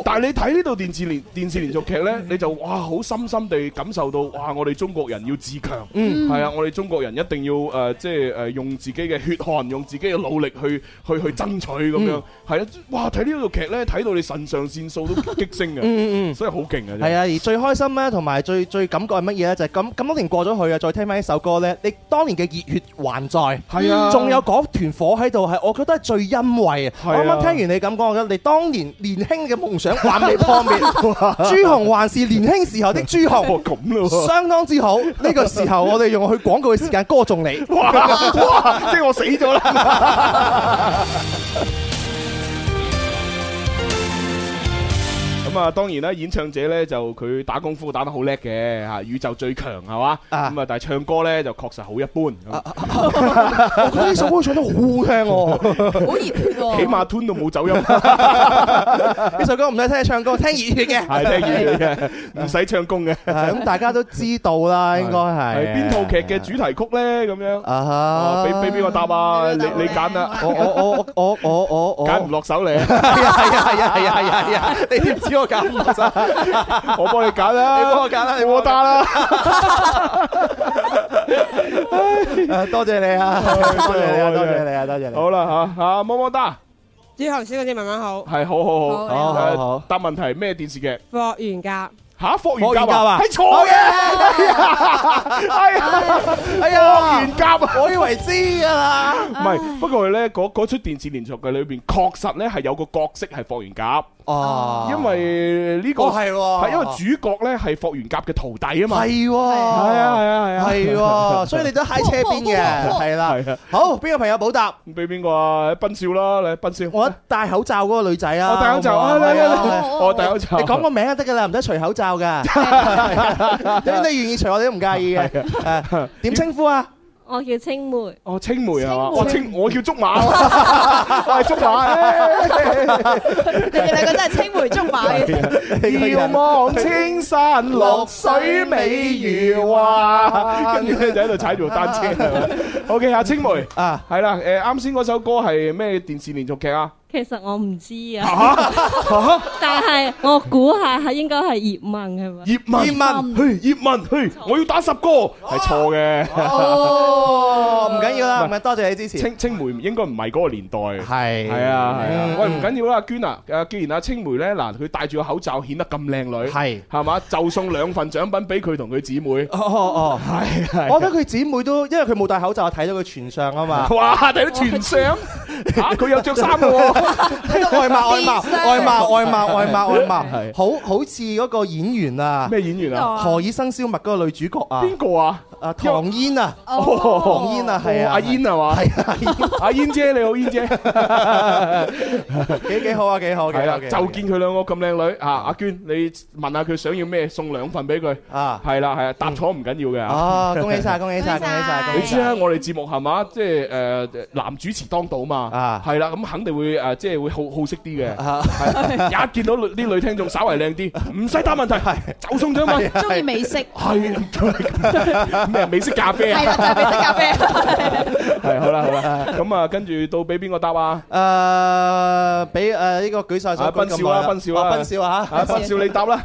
C: 但係你睇呢套電視連電視連續劇呢，你就哇好深深地感受到哇，我哋中國人要自強，
D: 嗯
C: 係啊，我哋中國人一定要誒、呃即係誒、呃用自己嘅血汗，用自己嘅努力去去去爭取咁樣，係啊，哇！睇呢套劇呢，睇到你腎上腺素都激升嘅，
D: 嗯嗯
C: 所以好勁啊！真
D: 嗯，
C: 係
D: 係啊，而最開心咧，同埋最最感覺係乜嘢咧？就係咁咁多年過咗去啊，再聽翻呢首歌咧，你當年嘅熱血還在，係
C: 啊
D: 仲有嗰團火喺度，係我覺得係最欣慰啊！
C: 係
D: 我
C: 啊
D: 啱啱聽完你咁講，我覺得你當年年輕嘅夢想還未破滅， 朱紅還是年輕時候的朱
C: 哦
D: 紅。
C: 咁咯喎。
D: 相當之好，呢個時候我哋用去廣告嘅時間歌頌你。
C: 哇哇！即係我死咗啦！咁啊，當然啦，演唱者咧就佢打功夫打得好叻嘅嚇，宇宙最強係嘛？
D: 啊
C: 咁啊，但係唱歌咧就確實好一般，
D: 我覺得呢首歌唱得好好聽喎，
E: 好熱血喎！
C: 起碼 tune 到冇走音，
D: 呢首歌唔使聽你唱歌，聽熱血嘅。
C: 係聽粵語嘅，唔使唱功嘅。
D: 係 咁，大家都知道啦，應該係
C: 係邊套劇嘅主題曲咧？咁樣，
D: 啊
C: 哦
D: 哈？
C: 俾俾邊個答 啊？你你揀啦，
D: 我我我我我我我
C: 揀唔落手你，
D: 係啊係啊係哦啊係啊係啊係啊！你點知我揀唔落手？
C: 我 幫你揀啦，
D: 你幫我揀啦你幫
C: 我
D: 我揀
C: 打啦。
D: 啊多謝 你啊！多謝你啊！多謝你啊！多謝你。
C: 好啦吓啊吓，么么哒，
I: 朱紅小公子慢慢好，
C: 係好好好。
D: 好好好
C: 誒。答問題咩電視劇？
I: 霍元甲，
C: 吓，霍元
D: 霍
C: 甲
D: 元甲
C: 啊，
D: 啊
C: 係錯嘅，
D: 哦
C: 係啊，
D: 哎
C: 霍
D: 呀
C: 元，甲啊。
D: 我以為知㗎啦。
C: 唔係，不過咧，嗰嗰出電視連續劇裏邊確實咧係有個角色係霍元甲，
D: 哦，
C: 因為呢個
D: 哦係喎，
C: 係因為主角咧係霍元甲嘅徒弟啊嘛。
D: 係
C: 係
D: 喎，
C: 啊係啊係啊
D: 係喎，所以你都喺車邊嘅，係啦。
C: 係啊，
D: 好，邊個朋友補答？
C: 俾邊個啊？斌少啦，你斌少。
D: 我戴口罩嗰個女仔啊，
C: 我戴口罩啊！
D: 係
C: 嚟嚟
D: 啊
C: 嚟我戴口罩。
D: 你 講個名就得噶啦，唔使除口罩噶。你你願意除我哋都唔介意嘅。
C: 啊
D: 誒點稱 呼啊？
J: 我叫青梅，
C: 哦，青梅係嘛？
J: 青梅
C: 我青我叫竹馬，我係竹馬。
E: 你哋兩個真係青梅竹 馬嘅。
C: 遙 望青山綠水美如畫，跟住咧就喺度踩住部單車。OK，阿青梅
D: 啊，
C: 係啦，誒啱先嗰首歌係咩電視連續劇啊？
J: 其實我唔知 啊，但係我估下係應該係葉問係 咪？
C: 葉問，去葉問，去，我要打十個，係錯嘅。
D: 哦，唔緊要啦，唔係多謝你支持。
C: 青青梅應該唔係嗰個年代。
D: 係
C: 係啊係啊
D: 嗯，
C: 喂唔緊要啦，娟啊，誒既然阿青梅咧嗱，佢戴住個口罩顯得咁靚女，
D: 係
C: 係嘛，就送兩份獎品俾佢同佢姊妹。
D: 哦哦哦，
C: 係
D: 我覺得佢姊妹都，因為佢冇戴口罩，睇到佢全相啊嘛。
C: 哇！睇到全相嚇，佢有着衫嘅 喎，
D: 睇到外貌 外貌外貌外貌外貌外貌
C: 係，
D: 好好似嗰個演員啊，
C: 咩演員啊？
D: 何以笙簫默嗰個女主角啊，
C: 邊個啊？
D: 啊唐嫣啊，
E: 哦
D: 唐嫣啊，係啊，
C: 阿嫣係嘛？
D: 係啊，嫣
C: 阿嫣姐你好，嫣 姐
D: 幾幾好啊，幾好，幾
C: 係
D: 好
C: 啦，
D: 幾好
C: 就見佢兩個咁靚女啊！阿娟，你問下佢想要咩，送兩份俾佢。
D: 啊，
C: 係啦，係啊，答錯唔緊要嘅啊。
D: 哦，恭 喜晒，恭喜晒，
E: 恭
D: 恭
E: 喜
D: 喜
E: 晒
D: 晒，
C: 你
D: 恭喜
C: 知
D: 晒
C: 啦，我哋節目係嘛，即係誒男主持當道嘛
D: 啊，
C: 係啦，咁肯定會誒即係會好好色啲 嘅。
D: 啊！
C: 係一見到女啲女聽眾稍為靚啲，唔使答問題，就送獎
K: 嗯
C: 品。
E: 中意美式，係
C: 係咩美式咖啡啊？
E: 啦，就係美式咖啡。
C: 係好啦好啦，咁啊跟住到俾邊個答啊？
D: 誒，呃俾誒呢個舉晒手
C: 啊
D: 咁
C: 斌少啊
D: 耐
C: 斌少啊
D: 哦斌少啊
C: 啊，
D: 嚇，
C: 斌少你答啦！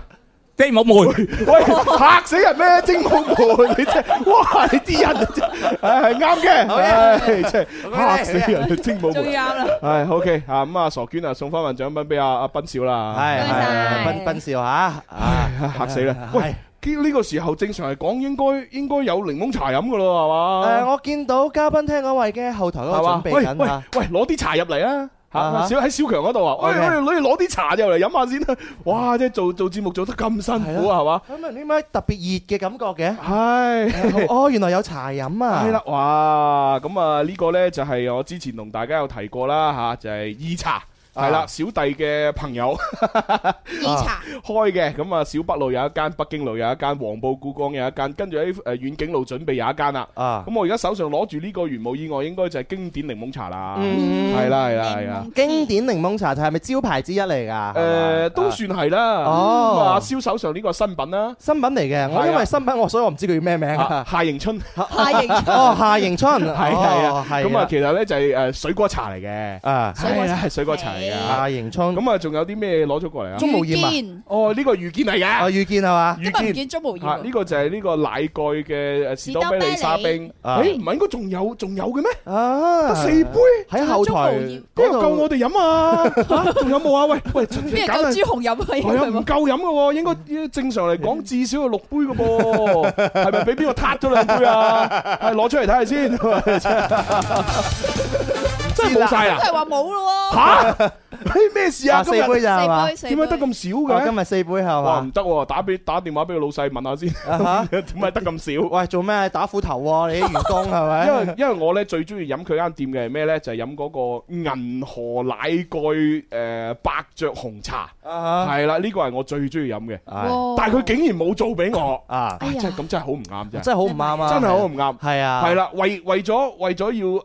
B: 丁木梅，
C: 喂，嚇死人咩？精武門你真係，哇！你啲人真係，唉係啱嘅，
D: 好嘅
C: 唉真係
D: 好嘅
C: 嚇死人！精武
L: 終於
C: 門，
L: 啱啦。
C: 唉 OK 啊咁啊，傻娟啊，送翻份獎品俾阿阿斌少啦，
D: 係
E: 恭喜晒
D: 係斌斌少嚇啊！
C: 唉嚇死啦！ 喂
D: 係。
C: 呢個時候正常嚟講，應該應該有檸檬茶飲噶咯，係
D: 誒，
C: 嘛？
D: 我見到嘉賓廳嗰位嘅後台嗰
C: 啊係
D: 個
C: 嘛
D: 準？
C: 喂
D: 備
C: 喂
D: 緊啊！
C: 喂，攞啲茶入嚟啊！
D: 啊
C: 嚇，
D: 哈
C: 小喺小強嗰度啊！喂
D: OK
C: 喂，攞攞啲茶入嚟飲下先啦！哇，即係做做節目做得咁辛苦啊，係嘛？
D: 咁啊，點解特別熱嘅感覺嘅？
C: 唉。
D: 哦，原來有茶飲啊！
C: 系啦，哇！咁啊，呢個呢就係我之前同大家有提過啦吓，就係二茶。係啦，小弟嘅朋友
E: 二茶，
C: 開嘅，咁啊小北路有一間，北京路有一間，黃埔故宮有一間，跟住喺誒遠景路準備有一間啦。
D: 啊，
C: 咁我而家手上攞住呢個原無意外，應該就係經典檸檬茶啦。
D: 嗯
C: 係啦，係啦，係啦。
D: 經典檸檬茶就係咪招牌之一嚟㗎？
C: 誒，都
D: 啊
C: 算係啦。
D: 哦
C: 咁啊，蕭手上呢個新品啦，
D: 新品嚟嘅。我因為新品，我所以我唔知佢叫咩名
C: 啊
D: 啊。
C: 夏迎春，係
E: 夏迎
D: 哦，夏迎春，係
C: 係啊。
D: 係
C: 咁啊，其實呢就係誒水果茶嚟嘅，
D: 啊，
E: 水果茶
C: 係水果茶嚟㗎。
D: 夏迎春，咁
C: 咁啊，仲有啲咩攞咗過嚟啊？
D: 鍾無艷啊
E: 見，
C: 哦，呢個遇見嚟
D: 啊
C: 嘅，
D: 遇見係嘛？
C: 遇
E: 今日唔
C: 見
E: 見鍾無
C: 嚇，呢
E: 艷，
C: 個就係呢個奶蓋嘅誒士多啤梨沙冰。
D: 啊
C: 誒，唔係應該仲有仲有嘅咩？
D: 啊，
C: 得四杯，
D: 喺後台
C: 邊
D: 嗰
C: 個夠我
D: 度，
C: 哋飲 啊？嚇仲有冇啊？喂喂，
E: 邊
C: 簡
E: 個夠
C: 單
E: 朱紅飲
D: 哎
E: 啊？
C: 係啊，
E: 應
C: 唔夠飲嘅喎，應該正常嚟
D: 嗯
C: 講至少有六杯嘅噃，係咪俾邊個撻咗兩杯啊？係攞出嚟睇下先， 真係冇晒
E: 該
C: 啊
E: 都！係話冇咯
C: 嚇， 嘿咩事啊？
D: 啊
C: 今
D: 四
C: 日
D: 杯咋係嘛
E: 喎，？四杯
C: 點解得
E: 四杯
C: 咁少
D: 哦
C: 嘅？
D: 今日四杯係
C: 哇
D: 嘛
C: 唔？得喎，打俾打電話俾個老細問下先，
D: 啊哈
C: 點解得 咁
D: 喂，做咩打斧頭喎？你啲員工係
C: 少？
D: 咪？
C: 因為因為我咧最中意飲佢間店嘅係咩咧？就係飲嗰個銀河奶蓋誒白雀紅茶，
D: 啊哦哈
C: 係啦，呢個係我最中意飲嘅。
D: 係
C: 但係佢竟然冇做俾我，
D: 啊，
E: 哎呀
C: 真係咁真係好唔啱真係，
D: 真係好唔啱啊！
C: 真係好唔啱。
D: 係啊，
C: 係啦，為為咗為咗要誒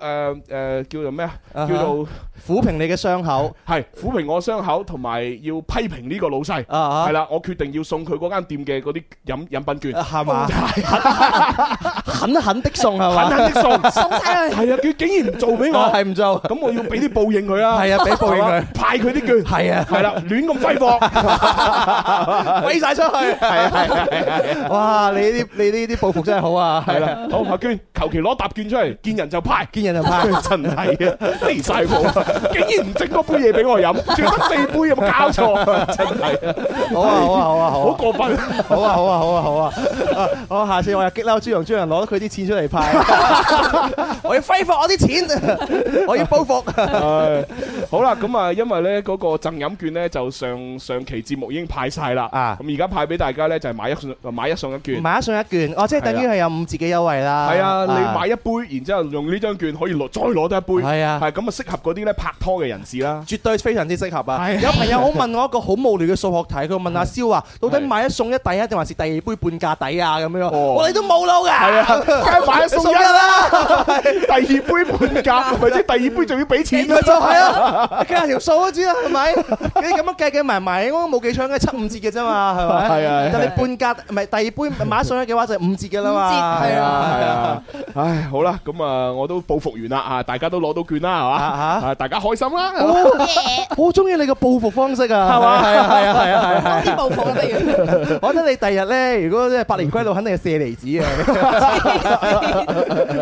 C: 誒叫做咩啊？
D: 啊
C: 叫
D: 哈
C: 做
D: 撫平你嘅傷口
C: 係撫平我傷口，同埋要批評呢個老細。
D: 啊啊
C: 係！啦，我決定要送佢嗰間店嘅嗰啲飲飲品券。
D: 係嘛？狠狠的送係
C: 狠
D: 嘛？
C: 狠的送，
E: 送晒佢
C: 係啊，佢竟然唔做俾我，
D: 係唔做？
C: 咁我要俾啲報應佢啦，
D: 係啊俾報應佢
C: 係嘛，派佢啲券，
D: 係啊，
C: 係啦，亂咁揮霍，
D: 揮晒出去。係啊係啊！哇！你呢啲你呢啲報復真係好啊！
C: 係，啦，好阿娟，求其攞沓券出嚟，見人就派。
D: 見人就怕。
C: 真係啊，離晒譜啊！竟然唔整嗰杯嘢俾我飲，仲要得四杯，有冇搞錯？真係啊
D: 好啊好啊好啊好
C: 好
D: 啊！
C: 過分！
D: 好啊好啊好啊好啊！啊我下次我又激嬲朱陽，朱陽攞佢啲錢出嚟 派，我要揮霍我啲錢，我要報復。
C: 唉好啦，咁啊，因為呢嗰個贈飲券呢，就上上期節目已經派晒啦，咁而家派俾大家呢，就係買一送啊買一送一券。
D: 買一送一券，哦，即係等於係有五折嘅優惠啦。
C: 係啊，你買一杯，然之後用呢張券可以攞再攞多一杯。係啊，係咁啊，適合嗰啲呢拍拖嘅人士 啦。
D: 絕對非常之適合啊！有朋友好問我一個好無聊嘅數學題，佢問阿蕭話：到底買一送一抵啊，定還是第二杯半價抵啊？咁樣，我哋都冇腦㗎。
C: 係啊， 梗係買一送一啦。第二杯半 價，或者第二杯仲要俾錢
D: 咪就係啊！ 計下條數都知啦，係咪？你咁樣計計埋埋，應該冇記錯，應該七五折嘅啫嘛，係咪？
C: 係啊係啊
D: 但你半價唔係第二杯買一送一嘅話就五折嘅啦嘛。
C: 係啊，係啊，唉，好啦，咁啊，我都報復完啦啊，大家都攞到券啦，係嘛，啊，大家開心啦，係嘛
D: 哦我好中意你個報復方式啊！
C: 係嘛
D: 係啊係啊係啊係啊！
C: 多啲
D: 報復啊，不如。我覺得你第日咧，如果即係百年歸老，肯定係射 離子啊！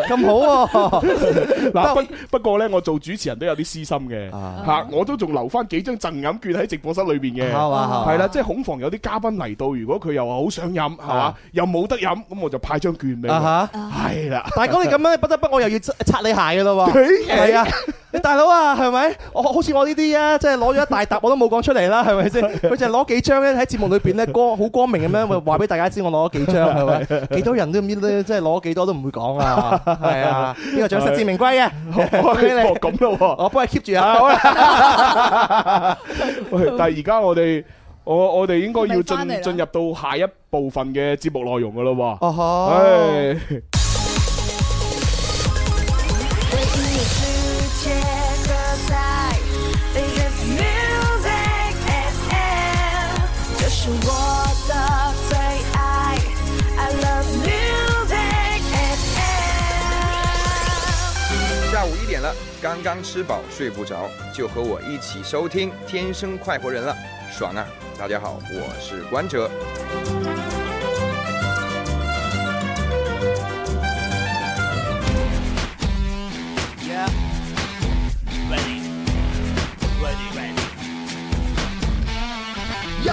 D: 咁好 喎，
C: 嗱，不不過咧，我做主持人都有啲私心嘅，
D: 啊
C: 嚇，我都仲留翻幾張贈飲券喺直播室裏邊嘅，
D: 係嘛係嘛
C: 係啦，即係恐防有啲嘉賓嚟到，如果佢又話好想飲，係嘛
D: 啊，
C: 又冇得飲，咁我就派張券俾佢，
D: 啊
C: 係 啦，
D: 大哥，你咁樣不得不我又要擦擦你鞋嘅咯喎，
C: 咦
D: 係啊！你大佬啊，係咪？我好似我呢啲啊，即係攞咗一大沓，我都冇講出嚟啦，係 咪先？佢就係攞幾張咧喺節目裏邊咧光好光明咁樣話俾大家知我攞咗幾張係 咪？幾多人都唔知咧，即係攞幾多都唔會講啊！係啊，呢個獎實至名歸 嘅，
C: 哦咁咯喎，
D: 我幫你 keep 住 啊！好啦
C: 喂，但係而家我哋。我我哋應該要
D: 係咪返
C: 進
D: 嚟啦
C: 進入到下一部分嘅節目內容噶咯喎。
D: 哦呵
C: 唉
M: 就是我的最爱，I love music FM。
N: 下午一点了，刚刚吃饱睡不着，就和我一起收听《天生快活人》了，爽啊！大家好，我是关喆。
M: Yeah. Ready. Ready. Ready.
O: 又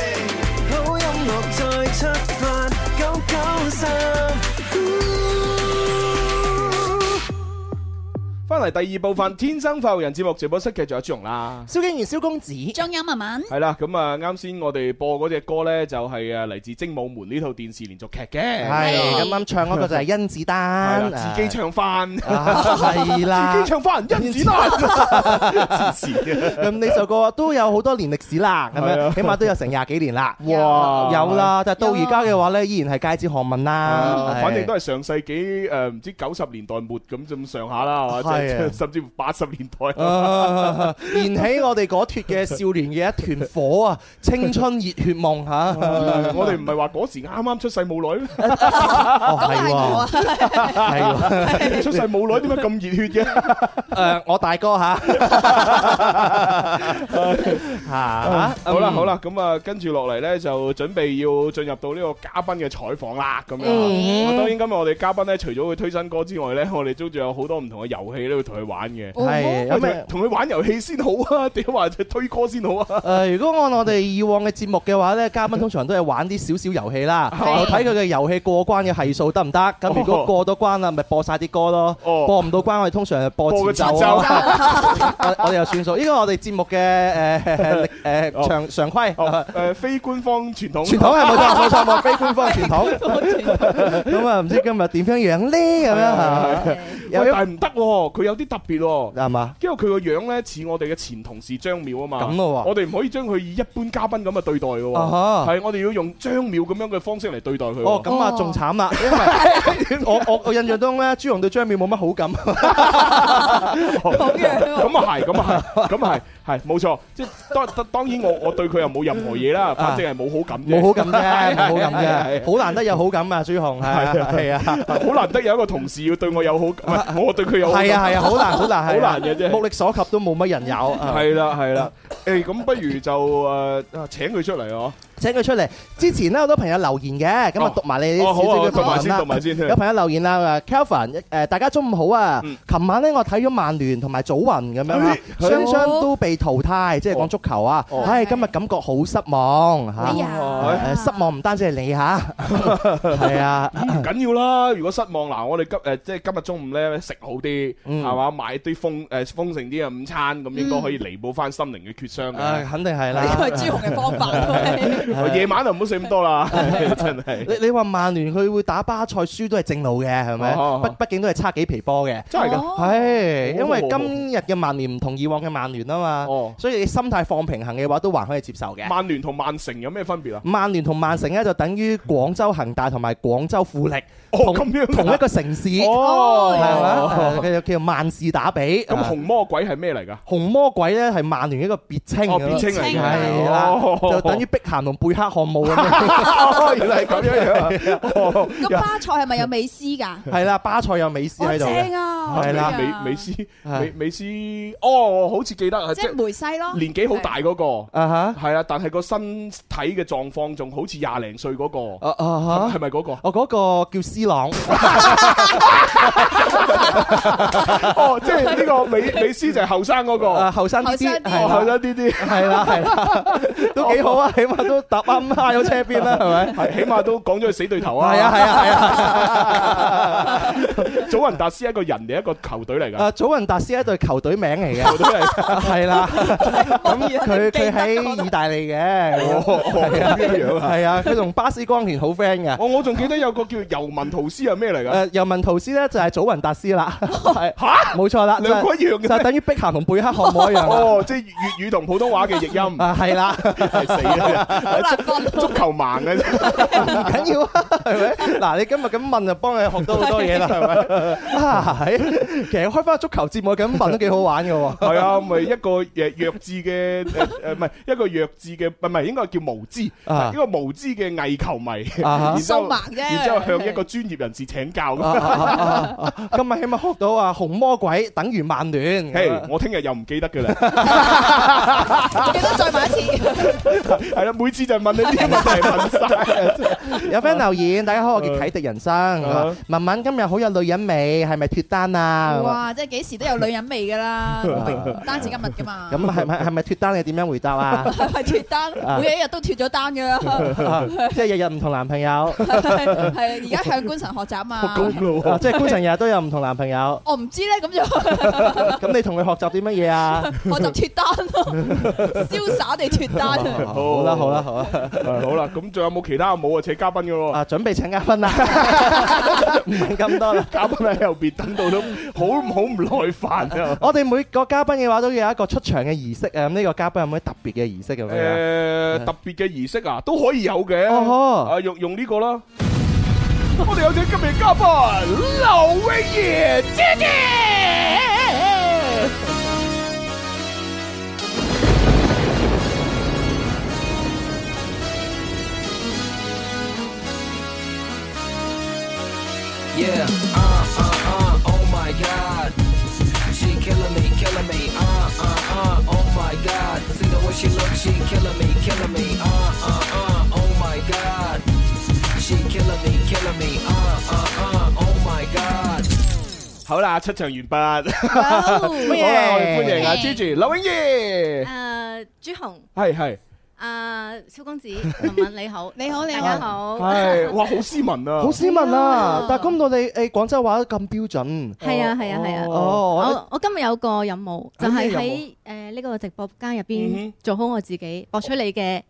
P: 好音樂再出發，九九三。
C: 翻嚟第二部分《天生快活人》節目直播室繼續有朱容啦。
D: 蕭敬元、蕭公子，
E: 張欣文文，
C: 系啦，咁啊，啱先我哋播嗰只歌咧，就係啊嚟自《精武門》呢套電視連續劇嘅。
D: 係咁啱唱嗰個就係甄子丹，
C: 係啦自己唱翻，
D: 啊係啦
C: 自己唱翻甄子丹，黐線
D: 咁呢首歌都有好多年歷史啦，咁
C: 係啊
D: 樣起碼都有成廿幾年啦。
C: 哇
D: 有啊啦，但係到而家嘅話咧，依然係街知巷聞啦
C: 啊。反正都係上世紀誒唔知九十年代末咁咁上下啦，係嘛？即
D: 係啊
C: 係 甚至乎八十年代。
D: 啊 燃起我哋嗰脱嘅少年嘅一團火啊！青春熱血夢嚇，
C: 啊我哋唔係話嗰時啱啱出世冇耐咩？
D: 哦係喎， 係啊喎
C: 出世冇耐點解咁熱血嘅？
D: 誒，我大哥嚇嚇，
C: 好啦好啦，咁啊，跟住落嚟呢，就準備要進入到呢個嘉賓嘅採訪啦，咁樣。
D: 嗯
C: 咁當然今日我哋嘉賓呢，除咗會推新歌之外呢， 我哋都仲有好多唔同嘅遊戲呢，會同佢玩嘅。
D: 係
C: 喂
D: 咁
C: 同同佢玩遊戲先好啊， 定話推歌先好啊？
D: 誒，如果按我哋以往嘅節目嘅話咧，嘉賓通常都係玩啲少少遊 戲啦，就
C: 係
D: 睇佢嘅遊戲過關嘅係數得唔得。咁如果過到關啦，咪播晒啲歌咯。播唔到關，我哋通常就播
C: 播個
D: 節
C: 節
D: 奏
C: 奏
D: 啊。我我哋又算數，呢個我哋節目嘅 誒誒常常規。
C: 誒，非官方傳統。
D: 傳 統係冇錯冇錯，冇非官方傳統。啊咁啊，唔知今日點樣樣咧？咁樣啊嚇，
C: 喂，但係唔得喎，佢有啲特別喎，
D: 係嘛？
C: 因為佢個樣咧似我哋嘅前同事張淼啊嘛，
D: 咁咯喎
C: 我哋唔可以將佢以一般嘉賓咁嘅對待嘅喎，
D: 啊哈
C: 係我哋要用張淼咁樣嘅方式嚟對待佢喎。
D: 哦，咁啊，仲慘啦，因 為我我我印象中咧，朱紅對張面冇乜好感。
C: 咁啊係，咁啊係，咁啊係，係冇錯，即係當當然我我對佢又冇任何嘢啦，反正係冇好感啫，
D: 啊冇好感啫， 冇好感
C: 係係
D: 啫，好難得有好感啊，朱紅係啊係啊，
C: 好難得有一個同事要對我有好，唔係我對佢有好感
D: 係啊係啊，好難 好難，係啊
C: 好難嘅啫。
D: 目力所及都冇 乜人有。啊
C: 係啦係啦，誒咁不如就誒啊請佢出嚟哦。
D: 請佢出嚟之前咧，好多朋友留言嘅，咁啊讀埋你啲
C: 哦好啊
D: 少少嘅
C: 讀埋先嗯
D: 評論啦
C: 讀埋先
D: 有朋友留言啦，Kelvin 誒，大家中午好啊！琴晚咧我睇咗曼聯同埋祖雲咁樣啊，
C: 嗯哎哦
D: 雙雙都被淘汰，即係講足球啊！唉，今日感覺好失望嚇，
C: 哎
D: 誒失望唔單止係你 嚇，係啊，
C: 咁唔緊要啦。如果失望嗱，我哋今誒即係今日中午咧食好啲，
D: 嗯
C: 係嘛買啲豐誒豐盛啲嘅午餐，咁應該可以彌補翻心靈嘅缺傷
D: 啊
C: 嘅。
D: 肯定係啦，
C: 夜晚就唔好食咁多 啦，真係。
D: 你你話曼聯佢會打巴塞輸都係正路嘅，係咪？
C: 哦
D: 畢畢竟都係差幾皮波嘅。
C: 真係㗎
D: 係因為
C: 哦
D: 今日嘅曼聯唔同以往嘅曼聯啊嘛，所以你心態放平衡嘅話，都還可以接受嘅。
C: 曼聯同曼城有咩分別啊？
D: 曼聯同曼城咧就等於廣州恒大同埋廣州富力，
C: 同
D: 同一個城市，
C: 哦
D: 係嘛？誒佢就叫做萬事打比。啊
C: 咁紅魔鬼係咩嚟㗎？
D: 紅魔鬼咧係曼聯一個別稱㗎
C: 哦
D: 啦，
C: 別稱嚟㗎
D: 係啦
C: 哦，
D: 就等於碧咸同貝克漢姆咁樣
C: 哦，原來係咁樣樣啊哦
E: 咁巴塞係咪有美斯㗎？
D: 係啦，巴塞有美斯喺度嘅，啊
E: 正啊
D: 係啦，
C: 美美斯美美斯，哦，我好似記得啊，
E: 即係梅西咯，
C: 年紀好大嗰個，
D: 啊
C: 係啦，但係個身體嘅狀況仲好似廿零歲嗰個，
D: 啊啊
C: 係咪嗰個？
D: 我嗰個叫斯朗，
C: 哦，即係呢個 美美斯就係後生嗰個，
D: 啊後生啲啲係
C: 哦
D: 啦
C: 後生啲啲，
D: 係啦係啦，都幾好啊，起碼都搭啱下咗車邊啦，係咪？
C: 係起碼都講咗佢死對頭啊！
D: 係啊係啊係啊！
C: 祖雲達斯係一個人定一個球隊嚟
D: 啊，
C: 㗎？
D: 祖雲達斯係一隊球隊名嚟嘅，
C: 球隊嚟
D: 係啦。咁佢佢喺意大利嘅，
C: 哦
D: 係啊
C: 咁樣啊
D: 係啊，佢同巴斯光年好 friend 嘅。
C: 我我仲記得有個叫尤文圖斯係咩嚟㗎？
D: 誒尤文圖斯咧就係祖雲達斯啦，啊係冇錯啦，
C: 兩個一樣嘅
D: 就就等於碧咸同貝克漢姆一樣。
C: 哦，即係粵語同普通話嘅譯音。
D: 啊係啦，
C: 係死啦！足足球盲啊嘅啫。
D: 唔緊要啊，係咪？嗱，你今日咁問就幫你學到好多嘢啦，係咪？啊，係，其實開翻足球節目咁問都幾好玩嘅喎。
C: 係啊，咪一個誒弱智嘅誒 誒，唔係一個弱智嘅，唔係應該叫無知，
D: 啊
C: 一個無知嘅偽球迷，
D: 啊哈
C: 然之後
D: 數盲啫
C: 然之後向一個專業人士請教
D: 啊啊啊啊
C: 咁。
D: 啊啊今日起碼學到啊，紅魔鬼等於曼聯。
C: 嘿，我聽日又唔記得㗎啦，
E: 記得再買一 次。
C: 係啦，每次就問你啲問題 問晒。
D: 有 friend 留言，大家好，我叫啟迪人生。文文今日好有女人味，係咪脱單啊？
E: 哇！即係幾時都有女人味 㗎啦，唔單止今日㗎嘛。
D: 咁係咪係咪脱單？你點樣回答啊？
E: 係咪 脱單？每一日都脱咗單㗎啦。
D: 即係日日唔同男朋友，
E: 係而家向官神學 習嘛。哦
D: 啊即係官神日日都有唔同男朋友。
E: 我唔知咧，咁就
D: 咁你同佢學習啲乜嘢啊？
E: 我就脱單咯， 瀟灑地脱單。啊
D: 好啦好啦好啦，
C: 好啦，咁仲有冇其他冇啊？請嘉賓嘅喎。
D: 啊，準備請嘉賓啦， 唔問咁多啦，
C: 嘉賓喺後邊等到都 好好唔耐煩啊！
D: 我哋每個嘉賓嘅話都有一個出場嘅儀式啊，咁呢個嘉賓有冇啲特別嘅儀 式咁樣啊？
C: 誒特別嘅儀式啊，都可以有嘅。啊，用用呢個啦。我哋有請今日嘉賓劉穎儀姐 姐。
P: Yeah, uh, uh, uh, oh my god. She killing me, killing me, uh, uh, uh, oh my god. See the way she look, she killing me, killing me, uh, uh, uh, oh my god. She killing me, killing me, uh, uh, uh, oh my god.
C: 好啦，出場完畢。好
P: 好
C: 啦，我哋歡迎啊
J: 歡迎
C: Gigi 劉穎儀。
J: 誒朱紅，
C: 係係
J: 誒蕭公子，文文你好，你好
E: 你
J: 大家好，
C: 係，哇，好斯 文啊！
D: 好斯文啊！但係講到你誒廣州話咁標準，
J: 係啊係啊係啊！
D: 哦
J: 我我今日有個任務，就
D: 係咩
J: 係
D: 任務
J: 喺誒呢個直播間入
D: 嗯
J: 邊做好我自己，博取你嘅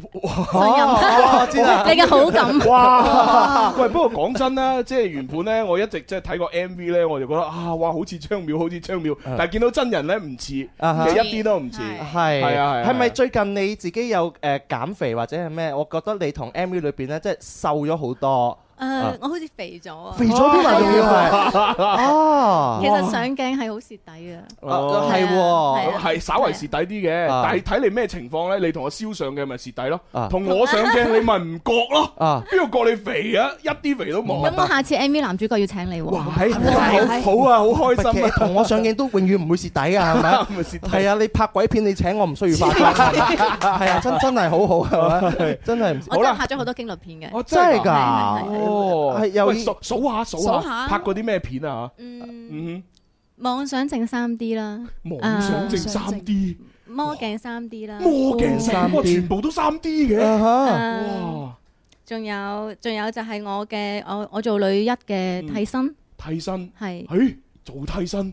C: 信
J: 任
C: 哦
J: 你嘅好感
C: 哇！啊喂，不過講真啦，即係原本咧，我一直即係睇過 MV 咧，我就覺得啊，哇，好似張淼，好似張淼，但係見到真人咧唔似，其
D: 啊哈
C: 實一啲都唔似。
D: 係
C: 係啊係啊
D: 係咪最近你自己有誒減肥或者係咩？我覺得你同 MV 裏邊咧，即係瘦咗好多。
C: 啊
K: 誒，我好似肥咗啊！
D: 肥咗啲
K: 係
D: 啊
K: 啊
D: 仲要 係啊
K: 其實上鏡係好蝕底嘅。
C: 哦，
K: 係喎係啊
C: 係稍為蝕底啲嘅，
D: 啊
C: 但係睇你咩情況咧，你同我燒上嘅咪蝕底咯，同我上鏡你咪唔覺咯，邊個覺你肥啊？一啲肥都冇。
K: 咁我下次 MV 男主角要請你喎。
C: 好啊，好開心啊
D: 同我上鏡都永遠唔會蝕底㗎，係咪？
C: 唔會蝕底
D: 係啊，你拍鬼片你請我唔需要化 妝，係啊，真真係好好係咪？真係唔
K: 我真係拍咗好多驚慄片嘅。
C: 我
D: 真係㗎，
C: 哦，
D: 係又
C: 喂數數下數
K: 數下
C: 下，拍過啲咩片啊？嗯
K: 妄想症三 D 啦，
C: 哼，妄想症三 D。
K: 誒魔鏡三 D 啦，
C: 魔鏡三 D，全部都三 D 嘅，
D: Uh-huh，
K: 啊
C: 哇！
K: 仲有仲有就係我嘅我我做女一嘅替身，
C: 嗯替身
K: 係
C: 誒做替身。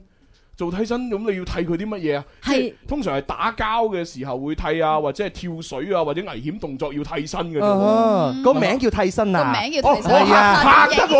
C: 做替身咁你要替佢啲乜嘢啊？即係通常係打交嘅時候會替
K: 嗯
C: 啊，或者係跳水啊，或者危險動作要替身嘅啫
K: 哦
D: 啊
K: 嗯
C: 喎。
D: 個名叫替身啊，
C: 個
E: 名叫替身
D: 哦係啊
C: 嚇，得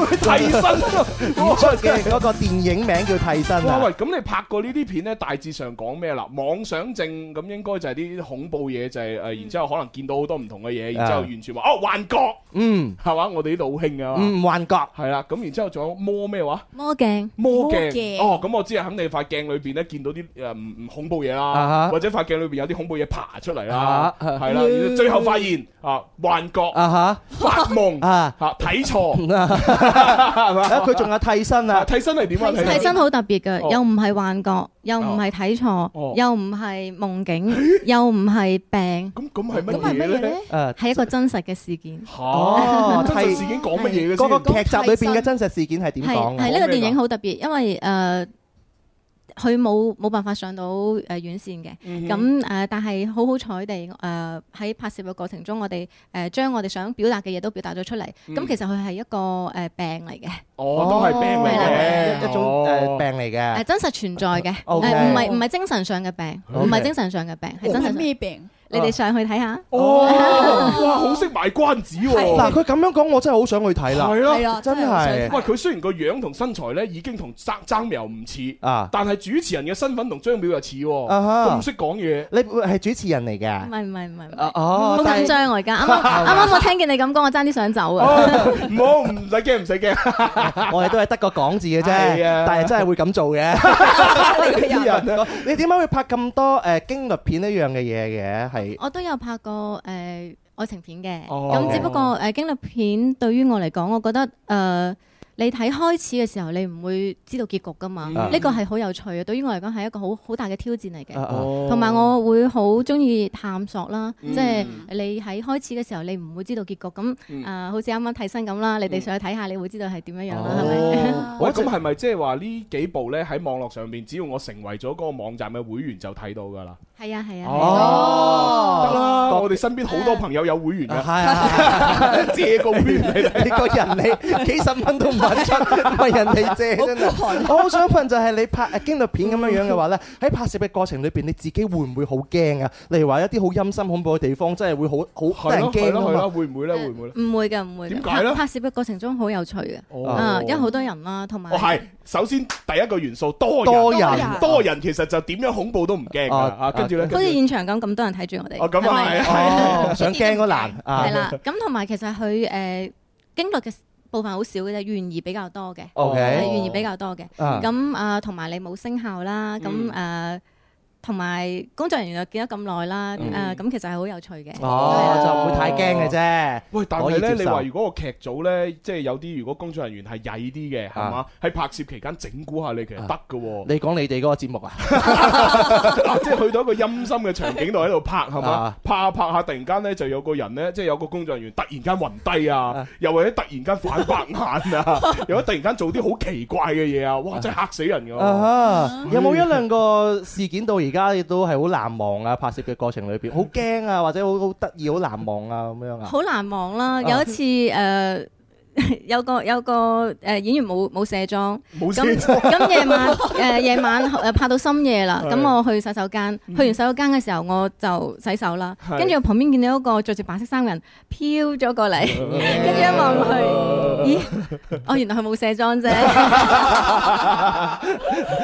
C: 我替身啊！
D: 演出嘅嗰個電影名叫替身
C: 哇
D: 啊
C: 喂，。咁你拍過呢啲片咧，大致上講咩啦？妄想症咁應該就係啲恐怖嘢，就係誒，呃然之後可能見到好多唔同嘅嘢，然之後
D: 啊
C: 完全話哦幻覺，
D: 嗯，
C: 係嘛？我哋呢度好興啊，
D: 嗯，幻覺
C: 係啦。咁然之後仲有魔咩話？
K: 魔鏡
C: 魔鏡哦，咁我知啊，肯定塊鏡裏邊咧見到啲誒唔唔恐怖嘢啦，
D: 啊哈
C: 或者塊鏡裏邊有啲恐怖嘢爬出嚟啦
D: 啊，
C: 係啦，然
D: 嗯
C: 之後最後發現啊幻覺
D: 啊
C: 發夢
D: 啊
C: 嚇睇錯
D: 吓，佢仲有替身啊！
C: 替身係點啊？
K: 替身好特別
C: 哦
K: 嘅，又唔係幻覺，又唔係睇
C: 哦
K: 錯，又唔係夢境，又唔係病。
C: 咁咁係乜嘢咧？
D: 誒
K: 係一個真實嘅事件。
D: Uh，哦，
C: 啊真實事件講乜嘢嘅先
D: 嗰個劇集裏邊嘅真實事件係點
K: 係
D: 講啊？
K: 係呢個電影好特別，因為誒。呃佢冇冇辦法上到誒、呃、院線嘅，
J: 嗯
K: 咁誒、
J: 哼
K: 呃但係好好彩地誒呃喺、拍攝嘅過程中，我哋誒、呃、將我哋想表達嘅嘢都表達咗出嚟。咁、
C: 嗯
K: 其實佢係一個誒、呃病嚟嘅，
C: 哦，都係病嚟
D: 係
C: 嘅，哦
D: 啦一種誒病嚟
K: 誒、
D: 嘅。
K: 哦
D: 哦
K: 真實存在嘅，誒
D: OK
K: 唔係唔係精神上嘅病，唔
D: OK
K: 係精神上嘅病，係真係咩
E: 病？
K: 你哋上去睇下。
C: 哦，哇，好識賣關子喎！
D: 嗱，佢咁樣講，我真係好想去睇啦。
C: 係
E: 啊
C: 咯，
D: 真係。
C: 喂，佢雖然個樣同身材咧已經同爭爭苗唔似，
D: 啊
C: 但係主持人嘅身份同張淼又似喎，
D: 啊哈
C: 咁識講嘢。
D: 你係主持人嚟
K: 唔
D: 嘅。
K: 係唔係唔係唔係，
D: 啊哦
K: 好緊張我而家，啱啱啱啱我聽見你咁講，我爭啲想走啊！
C: 唔好，唔使驚，唔使驚。
D: 我哋都係得個講字嘅啫，
C: 係啊
D: 但係真係會咁做 嘅。
C: 啲人
D: 啊，你點解會拍咁多誒驚慄片呢樣嘅嘢嘅？係
K: 我都有拍過誒、呃、愛情片嘅，咁、
D: 哦
K: 只不過誒、呃、驚慄片對於我嚟講，我覺得誒、呃你睇開始嘅時候，你唔會知道結局噶嘛，
J: 嗯
K: 呢個係好有趣嘅。對於我嚟講係一個好好大嘅挑戰嚟嘅，
J: 啊啊
K: 同埋、我會好中意探索啦，
J: 嗯
K: 即係你喺開始嘅時候，你唔會知道結局咁誒、呃好似啱啱睇身咁啦，你哋上去睇下，你會知道係點樣樣啦，係咪、
C: 喂，咁係咪即係話呢幾部咧喺網絡上邊，只要我成為咗嗰個網站嘅會員就睇到㗎啦？
K: 係啊 係啊。
C: 哦，得啦，我哋身邊好多朋友有會員㗎，借個會員嚟睇
D: 你個人 你幾十蚊都唔肯出，唔係人哋借真係。 我好想問就係你拍誒驚慄片咁樣樣嘅話 咧，喺拍攝嘅過程裏邊，你自己會唔會好驚啊？例如話一啲好陰森恐怖嘅地方，真係會好好
C: 係
D: 得人
C: 咯係咯
D: 驚
C: 係咯，
D: 啊嘛。
C: 會唔會咧？會唔會咧？
K: 唔會嘅，唔會嘅。
C: 點解
K: 拍
C: 呢
K: 拍攝嘅過程中好有趣嘅，
C: 哦
K: 啊，因為好多人啦，同埋
C: 哦，係。首先第一個元素多人，
D: 多人
C: 多人其實就點樣恐怖都唔驚㗎
D: 啊
C: 啊！跟住咧，
K: 好似現場咁咁多人睇住我哋，
C: 哦咁啊
K: 係咪
C: 係啊
D: 哦想驚嗰 難啊
K: 係啦。咁同埋其實佢誒經歷嘅部分好少嘅啫，懸疑比較多嘅，
D: OK
K: 係懸疑比較多嘅。
D: 啊
K: 咁啊，同埋你冇聲效啦，咁誒。同埋工作人員又見咗咁耐啦，
D: 嗯
K: 誒咁其實係好有趣嘅。
D: 哦，就唔會太驚嘅
K: 啊
D: 啫。
C: 喂，但係
D: 可
C: 咧，
D: 以接
C: 你
D: 受
C: 話如果個劇組咧，即係有啲如果工作人員係曳啲嘅，係嘛？喺拍攝期間整蠱下你，其實得嘅喎。
D: 啊 你講你哋嗰個節目啊？
C: 啊即係去到一個陰森嘅場景度喺度拍，係嘛
D: 啊？
C: 拍下拍下，突然間咧就有個人咧，即係有個工作人員突然間暈低啊，又或者突然間反白眼 啊，又或者突然間做啲好奇怪嘅嘢啊，哇！真係嚇死人㗎喎。
D: 啊
C: 哎
D: 哈！有冇一兩個事件到而家亦都係好難忘啊？拍攝嘅過程裏邊，好驚啊，或者好好得意、好難忘啊咁樣啊？
K: 好難忘啦！
D: 啊
K: 有一次誒呃 有個有個誒演員冇冇卸妝，
F: 冇
K: 咁
F: 卸妝
K: 咁夜晚誒夜晚誒拍到深夜啦，
F: 係
K: 咁我去洗手間，
F: 嗯
K: 去完洗手間嘅時候我就洗手啦，
F: 係
K: 跟住我旁邊見到一個着住白色衫嘅人飄咗過嚟，跟住一望落去，咦， 哦原來佢冇卸妝啫，
D: 啊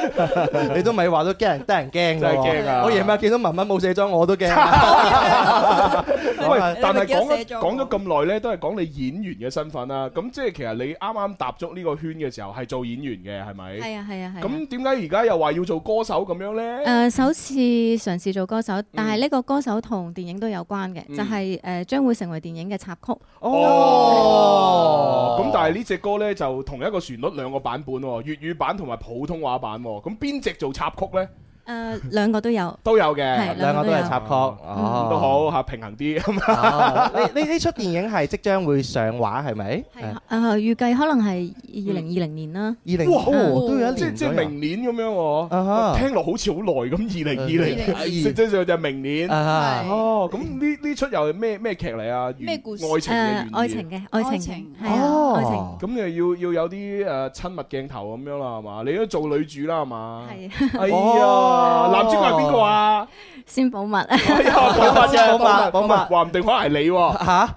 D: 你都咪話都驚人得人驚 㗎
C: 真係
D: 喎
C: 驚啊
D: 我夜晚見到文文冇卸妝，我都驚。啊
C: 喂，但係
D: 你
C: 講
D: 咪記得
C: 咗
D: 寫咗
C: 講咗咁耐呢，都係講你演員嘅身份啦。咁即係其實你啱啱踏足呢個圈嘅時候係做演員嘅，係咪？
K: 係啊係啊係啊。
C: 咁點解而家又話要做歌手咁樣呢？
K: 誒、首次嘗試做歌手，但係呢個歌手同電影都有關嘅，
C: 嗯
K: 就係、誒、將會成為電影嘅插曲。
C: 哦，咁但係呢只歌呢，就同一個旋律兩個版本喎，粵語版同埋普通話版喎。咁邊只做插曲呢？
K: 誒兩個都有，
C: 都有
K: 係
C: 嘅，
D: 兩個都係插曲，哦
C: 嗯都好嚇，平衡啲咁
D: 哦你你呢出電影係即將會上畫係咪？係
K: 誒、呃預計可能係二零二零年啦。嗯
D: 二零
C: 哇
D: 哦都有一
C: 即
D: 年
C: 即係
D: 左右
C: 明年咁樣喎，
D: 哈
C: 聽落好似好耐咁，二零二
D: 2022
C: 零，即即就就係明年。
D: 啊
C: 哦，咁呢呢出又係咩咩劇嚟啊？
K: 咩故事
C: 愛情嘅
K: 誒愛情嘅愛情愛情係
D: à.
K: 啊愛情
C: 情。咁又要要有啲誒親密鏡頭咁樣啦，係嘛？你都做女主啦，係嘛？係。哎呀，
K: 哦
C: 男主角係邊個啊？
K: 先保密。
C: 哎呀，保密啫，
D: 保密保密
C: 話唔定可能係你喎。
D: 嚇！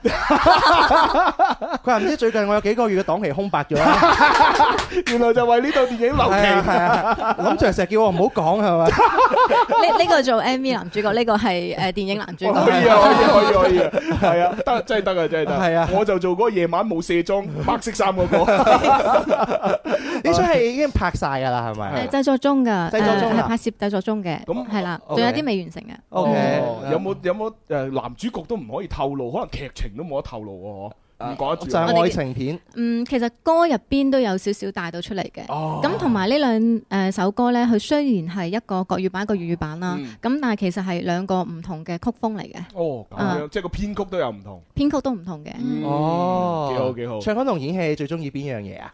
D: 佢話唔知最近我有幾個月嘅檔期空白咗啦。
C: 原來就為呢套電影留
D: 期。係啊，諗住成日叫我唔好講係咪？
K: 呢呢個做 MV 男主角，呢個係誒電影男主角。
C: 可以啊，可以可以可以啊，係啊，得真係得啊，真係得。
D: 係啊
C: 我就做嗰個夜晚冇卸妝白色衫嗰個。
D: 呢出戲已經拍晒㗎啦，係咪
A: Dạ.
K: 誒？製作中
D: 製
K: 㗎，
D: 作中
K: 誒
D: 啊
K: 係拍攝製作中嘅，係啦，仲
C: OK
K: 有啲未完成嘅。
D: Dạ.
C: 哦有冇有冇誒男主角都唔可以透露，可能劇情都冇得透露喎，嗬唔講得住。
D: 啊
C: 啊
D: 就係愛情片。
K: 嗯，其實歌入邊都有少少帶到出嚟嘅。
C: 哦
K: 咁同埋呢兩誒呃首歌咧，佢雖然係一個國語版、一個粵語版啦，
D: 嗯
K: 咁但係其實係兩個唔同嘅曲風嚟嘅，啊
C: 哦，咁樣即係個編曲都有唔同。嗯
K: 編曲都唔同嘅。
D: 哦，
C: 幾好幾好
D: 唱歌同演戲最中意邊樣嘢啊？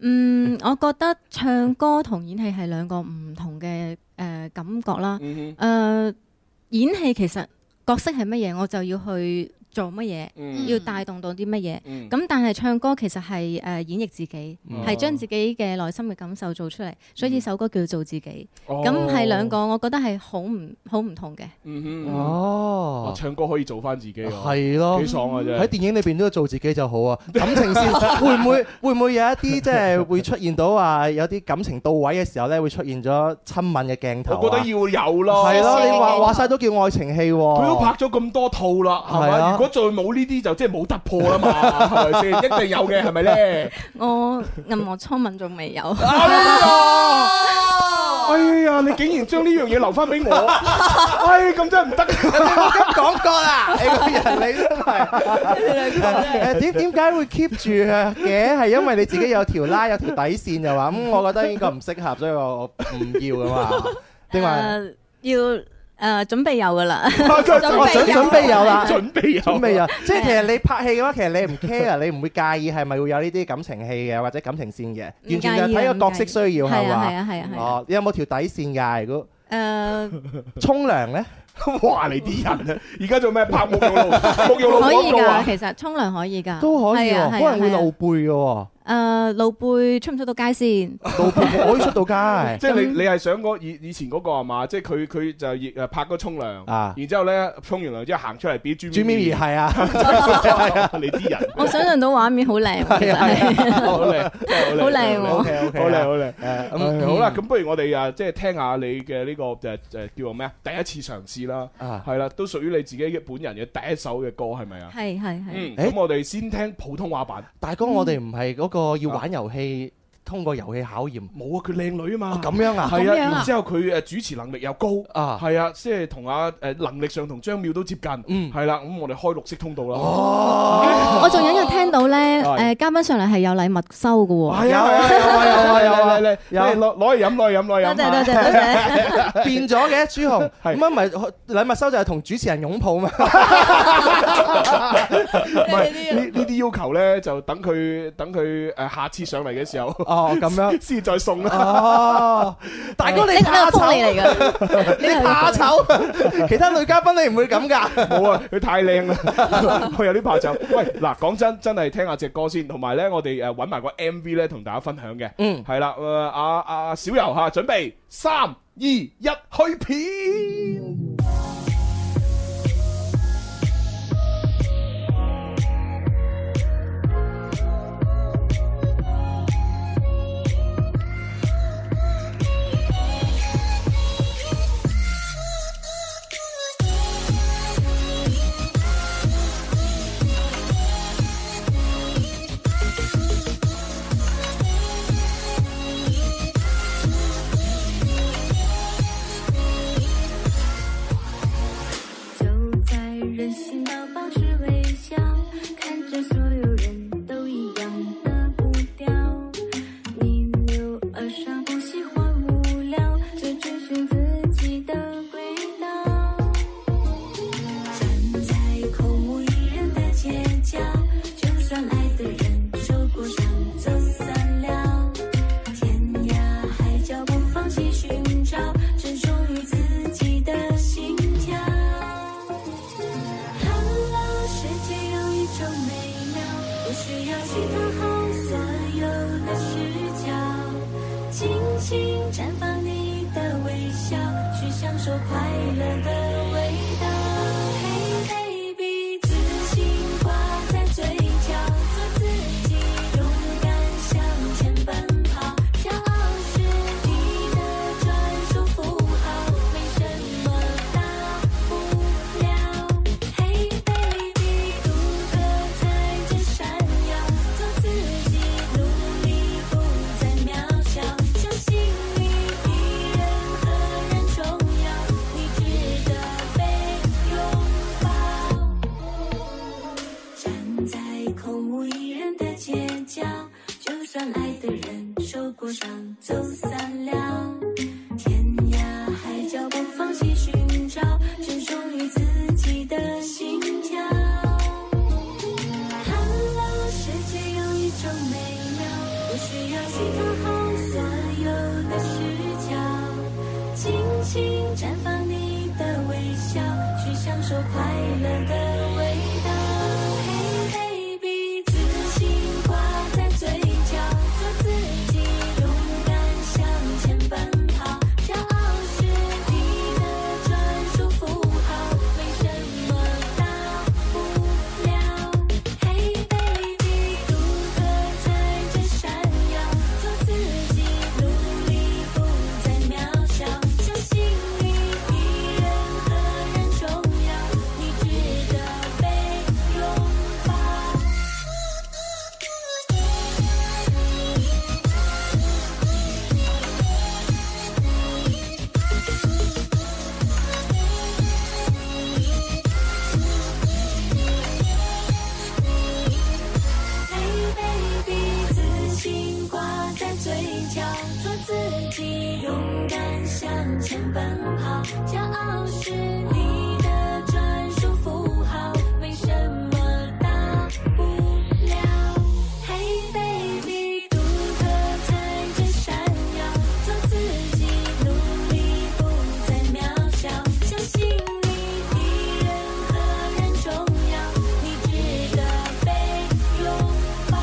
K: 嗯，我覺得唱歌同演戲係兩個唔同嘅誒、呃感覺啦。誒、
D: 嗯
K: 演戲其實角色係乜嘢，我就要去做乜嘢，
F: 嗯
K: 要帶動到啲乜嘢。咁、
F: 嗯
K: 但係唱歌其實係誒、呃演繹自己，
F: 嗯
K: 係、將自己嘅內心嘅感受做出嚟，所以首歌叫做自己。
C: 哦
K: 咁係、兩個，我覺得係好唔好唔同嘅。
C: 嗯
D: 哦
C: 哇唱歌可以做翻自己喎。
D: 係咯，
C: 幾爽啊真係
D: 喺電影裏邊都做自己就 好啊。感情線會唔會會唔會有一啲即係會出現到話有啲感情到位嘅時候咧，會出現咗親吻嘅鏡頭啊？
C: 我覺得要有咯。
D: 係咯，你話話晒都叫愛情戲喎。
C: 佢都拍咗咁多套啦，係
D: 係
C: 咪？
D: 啊
C: 如果再冇呢啲就即係冇突破啦嘛，係咪先？ 一定有嘅，係咪咧？
K: 我銀幕初吻仲未有。
C: 哎呀，你竟然將呢樣嘢留翻俾 我，哎，咁真係唔得。
D: 講過啦，你個人你真係誒點點解會 keep 住嘅？係因為你自己有條拉有條底線就話咁，我覺得應該唔適合，所以我我唔要 噶嘛。定話
K: 誒要誒準備有噶啦，
D: 我準準備有啦，
C: 準備有，
D: 準備有。即係其實你拍戲嘅話，其實你唔 care，你唔會介意係咪會有呢啲感情戲嘅或者感情線嘅，
K: 唔
D: 完全就係睇個角色需要
K: 介意啊
D: 係嘛？
K: 係啊係啊係啊
D: 哦，你有冇條底線㗎？如果
K: 誒
D: 沖涼咧？
C: 哇！你啲人啊，而家做咩拍沐浴 露？沐浴露
K: 可以
C: 廣告
K: 㗎，
C: 啊？
K: 其實沖涼可以㗎，
D: 都可以
K: 係啊
D: 喎，可能會露。背嘅喎。
K: 係啊誒露背出唔出到街先？
D: 露背可以出 到街，
C: 即係你你係想嗰以以前嗰個係嘛？即係佢佢就誒拍個沖涼，
D: 啊
C: 然之後咧沖完涼之後行出嚟俾朱
D: 朱咪咪係 啊，
C: 你啲 人
K: 我想象到畫面好靚喎，其實
C: 好
K: 係
C: 靚，真係好靚
K: 好靚
D: 喎 OK，OK，
C: 好靚好靚。
D: 嗯
C: 誒好啦，咁不如我哋啊，即係聽下你嘅呢個誒誒叫做咩啊？第一次嘗試啦，係啦，都屬於你自己嘅本人嘅第一首嘅歌係咪啊？
K: 係係係。
C: 嗯，咁我哋先聽普通話版。
D: 大哥，我哋唔係嗰個要玩遊戲，通過遊戲考驗。
C: 冇啊，佢靚女啊嘛。
D: 咁樣啊，
C: 係啊，然之後佢誒主持能力又高
D: 啊
C: 係啊，即係同阿誒能力上同張妙都接近，嗯，哦係啦，咁我哋開綠色通道啦。
K: 我我仲隱約聽到
C: 係
K: 咧，誒嘉賓上嚟係有禮物收㗎喎。
C: 係啊係啊係啊係啊係啊係啊係啊！你攞攞嚟飲，攞嚟飲，攞嚟飲。
K: 多謝多謝多謝。
D: 變咗 嘅朱紅，咁啊咪禮物收就係同主持人擁 抱嘛。
C: 啊呃唔係呢呢啲要求咧，就等佢等佢誒下次上嚟嘅時候，
D: 哦咁 樣
C: 先再送啦。
D: 哦，大哥你
C: 呢個
D: 怕
C: 福
D: 醜
C: 利嚟㗎
D: 你怕醜？其他女嘉賓你唔會咁㗎。
C: 冇啊，佢太靚啦， 我有啲怕醜。喂，嗱，講真，真係聽下只歌先，同埋咧，我哋誒揾埋個 M V 咧，同大家分享嘅。
D: 嗯，
C: 係啦，誒阿阿小遊嚇，準備三二一，去片。
F: 走在人行道保持微笑，看着所有人都一样的步调。逆流而上，不喜欢无聊，就追寻自己的轨道。站在空无一人的街角，就算爱的人受过伤，走散了，天涯海角不放弃寻找，只属于自己的心跳。Hello，世界有一种美妙，不需要去讨好所有的视角，轻轻绽放你的微笑，去享受快乐的味道。Hey baby，自信挂在嘴角，做自己，勇敢向前奔跑，骄傲是你的专属符号，没什么大不了。Hey baby，独特才最闪耀，做自己，努力不再渺小，相信你比任何人重要，你值得被拥抱。站在空无一人的街角，就算爱的人受过伤，走散了。天涯海角不放弃寻找，只属于自己的心跳。Hello，世界有一种美妙，不需要去讨好所有的视角，轻轻绽放你的微笑，去享受快乐的味道。Hey baby，自信挂在嘴角，做自己，勇敢向前奔跑，骄傲是你的专属符号，没什么大不了。Hey baby，独特才最闪耀，做自己，努力不再渺小，相信你比任何人重要，你值得被拥抱。Hey baby，自信挂在嘴角，做自己，勇敢向前奔跑，骄傲是你的专属符号，没什么大不了。Hey baby，独特才最闪耀，做自己，努力不再渺小，相信你比任何人重要，你值得被拥抱。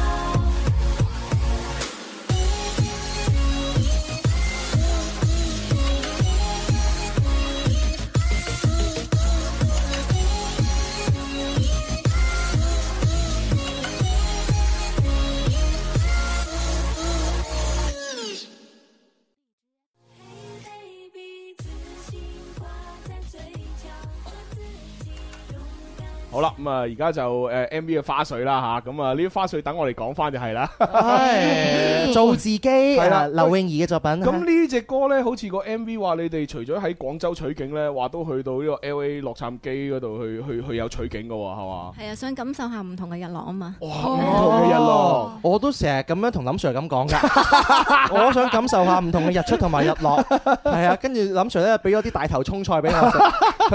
C: 好啦，咁啊，而家就誒 M V 嘅花絮啦吓，咁啊呢啲花絮等我哋講翻就 係啦。
D: 唉做自己係
C: 啦
D: 啦，劉泳兒嘅作品。
C: 咁呢只歌呢，好似個 M V 話你哋除咗喺廣州取景呢，話都去到呢個 L A 洛杉磯嗰度去去去有取景嘅喎，係嘛？
K: 係啊，想感受下唔同嘅日落啊嘛。
C: 嘅日落，
D: 我都成日咁樣同林 Sir 咁 講㗎。我想感受下唔同嘅日出同埋日 落。係啊，跟住林 Sir 咧俾咗啲大頭葱菜俾我 食，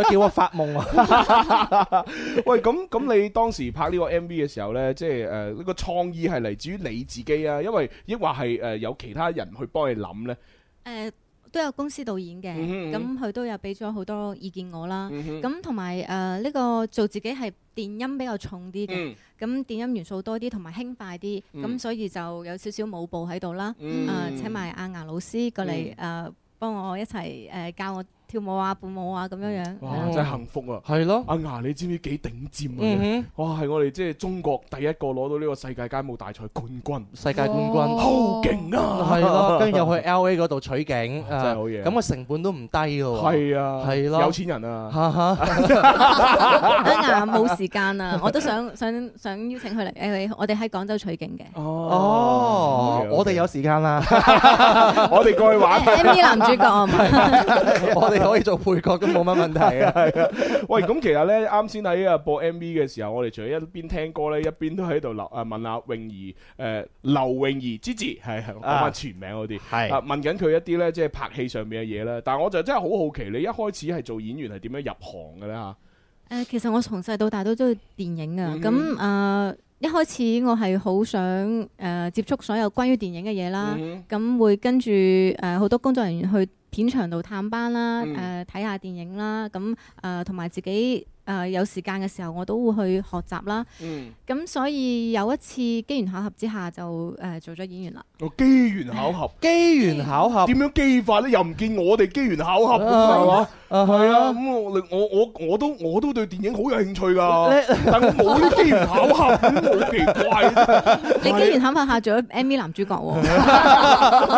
D: 佢叫我發夢啊。
C: 喂，咁咁你當時拍呢個 M V 嘅時候呢，即係誒呢個創意係嚟自於你自己啊，因為抑或話係誒有其他人去幫你諗呢？
K: 誒呃都有公司導演嘅，
C: 嗯哼
K: 咁
C: 嗯
K: 佢都有俾咗好多意見我啦。
C: 嗯哼
K: 咁同埋誒呢個做自己係電音比較重啲嘅
C: 嗯，
K: 咁電音元素多啲，同埋輕快啲，
J: 嗯
K: 咁所以就有少少舞步喺度啦。
J: 嗯
K: 誒請埋阿牙老師過嚟
C: 嗯
K: 誒幫我一齊誒教我跳舞啊、伴舞啊咁樣樣。係
C: 哇！
K: 啦
C: 真係幸福啊！
D: 係咯，
C: 阿牙你知唔知幾頂尖啊
D: 嗯
C: 你？哇！係我哋即係中國第一個攞到呢個世界街舞大賽冠軍，
D: 世界冠軍
C: 好勁啊！
D: 哦係 咯，跟住又去 L A 嗰度取 景，真
C: 係好嘢啊
D: 咁個成本都唔低嘅喎。
C: 係啊
D: 係咯，
C: 有錢人啊
D: 哈哈，
K: 阿牙呃啊冇時間 啊，我都想想想邀請佢嚟誒，我哋喺廣州取景嘅。
D: 哦，我哋有時間啦，
C: 我哋過去玩
K: MV 男主角啊嘛。
D: 我哋可以做配角都冇乜問題啊。
C: 係啊，喂，咁其實咧，啱先喺啊播 M V 嘅時候，我哋除咗一邊聽歌咧，一邊都喺度留啊問阿泳兒誒劉泳兒 Gigi 係係我講
D: 啊
C: 翻全名嗰啲，
D: 係
C: 啊問緊佢一啲咧即係拍戲上面嘅嘢啦。但係我就真係好好奇，你一開始係做演員係點樣入行嘅咧嚇？
K: 誒、其實我從細到大都中意電影啊。
C: 嗯
K: 咁誒、一開始我係好想誒、接觸所有關於電影嘅嘢啦。
J: 嗯
K: 咁、會跟住誒好多工作人員去片場度探班啦，
J: 嗯
K: 誒啊呃睇下電影啦。咁誒同埋自己誒、呃有時間嘅時候，我都會去學習啦。
C: 嗯，
K: 咁所以有一次機緣巧合之下就誒、做咗演員啦。
C: 哦，機緣巧合，
D: 機緣巧合
C: 嗯點樣機法咧？又唔見我哋機緣巧合咁啊係嘛？係啊，咁我我我我都我都對電影好有興趣㗎，但我冇啲機緣巧合，好奇怪
K: 你機緣巧合下做咗 MV 男主角
D: 啊
K: 喎、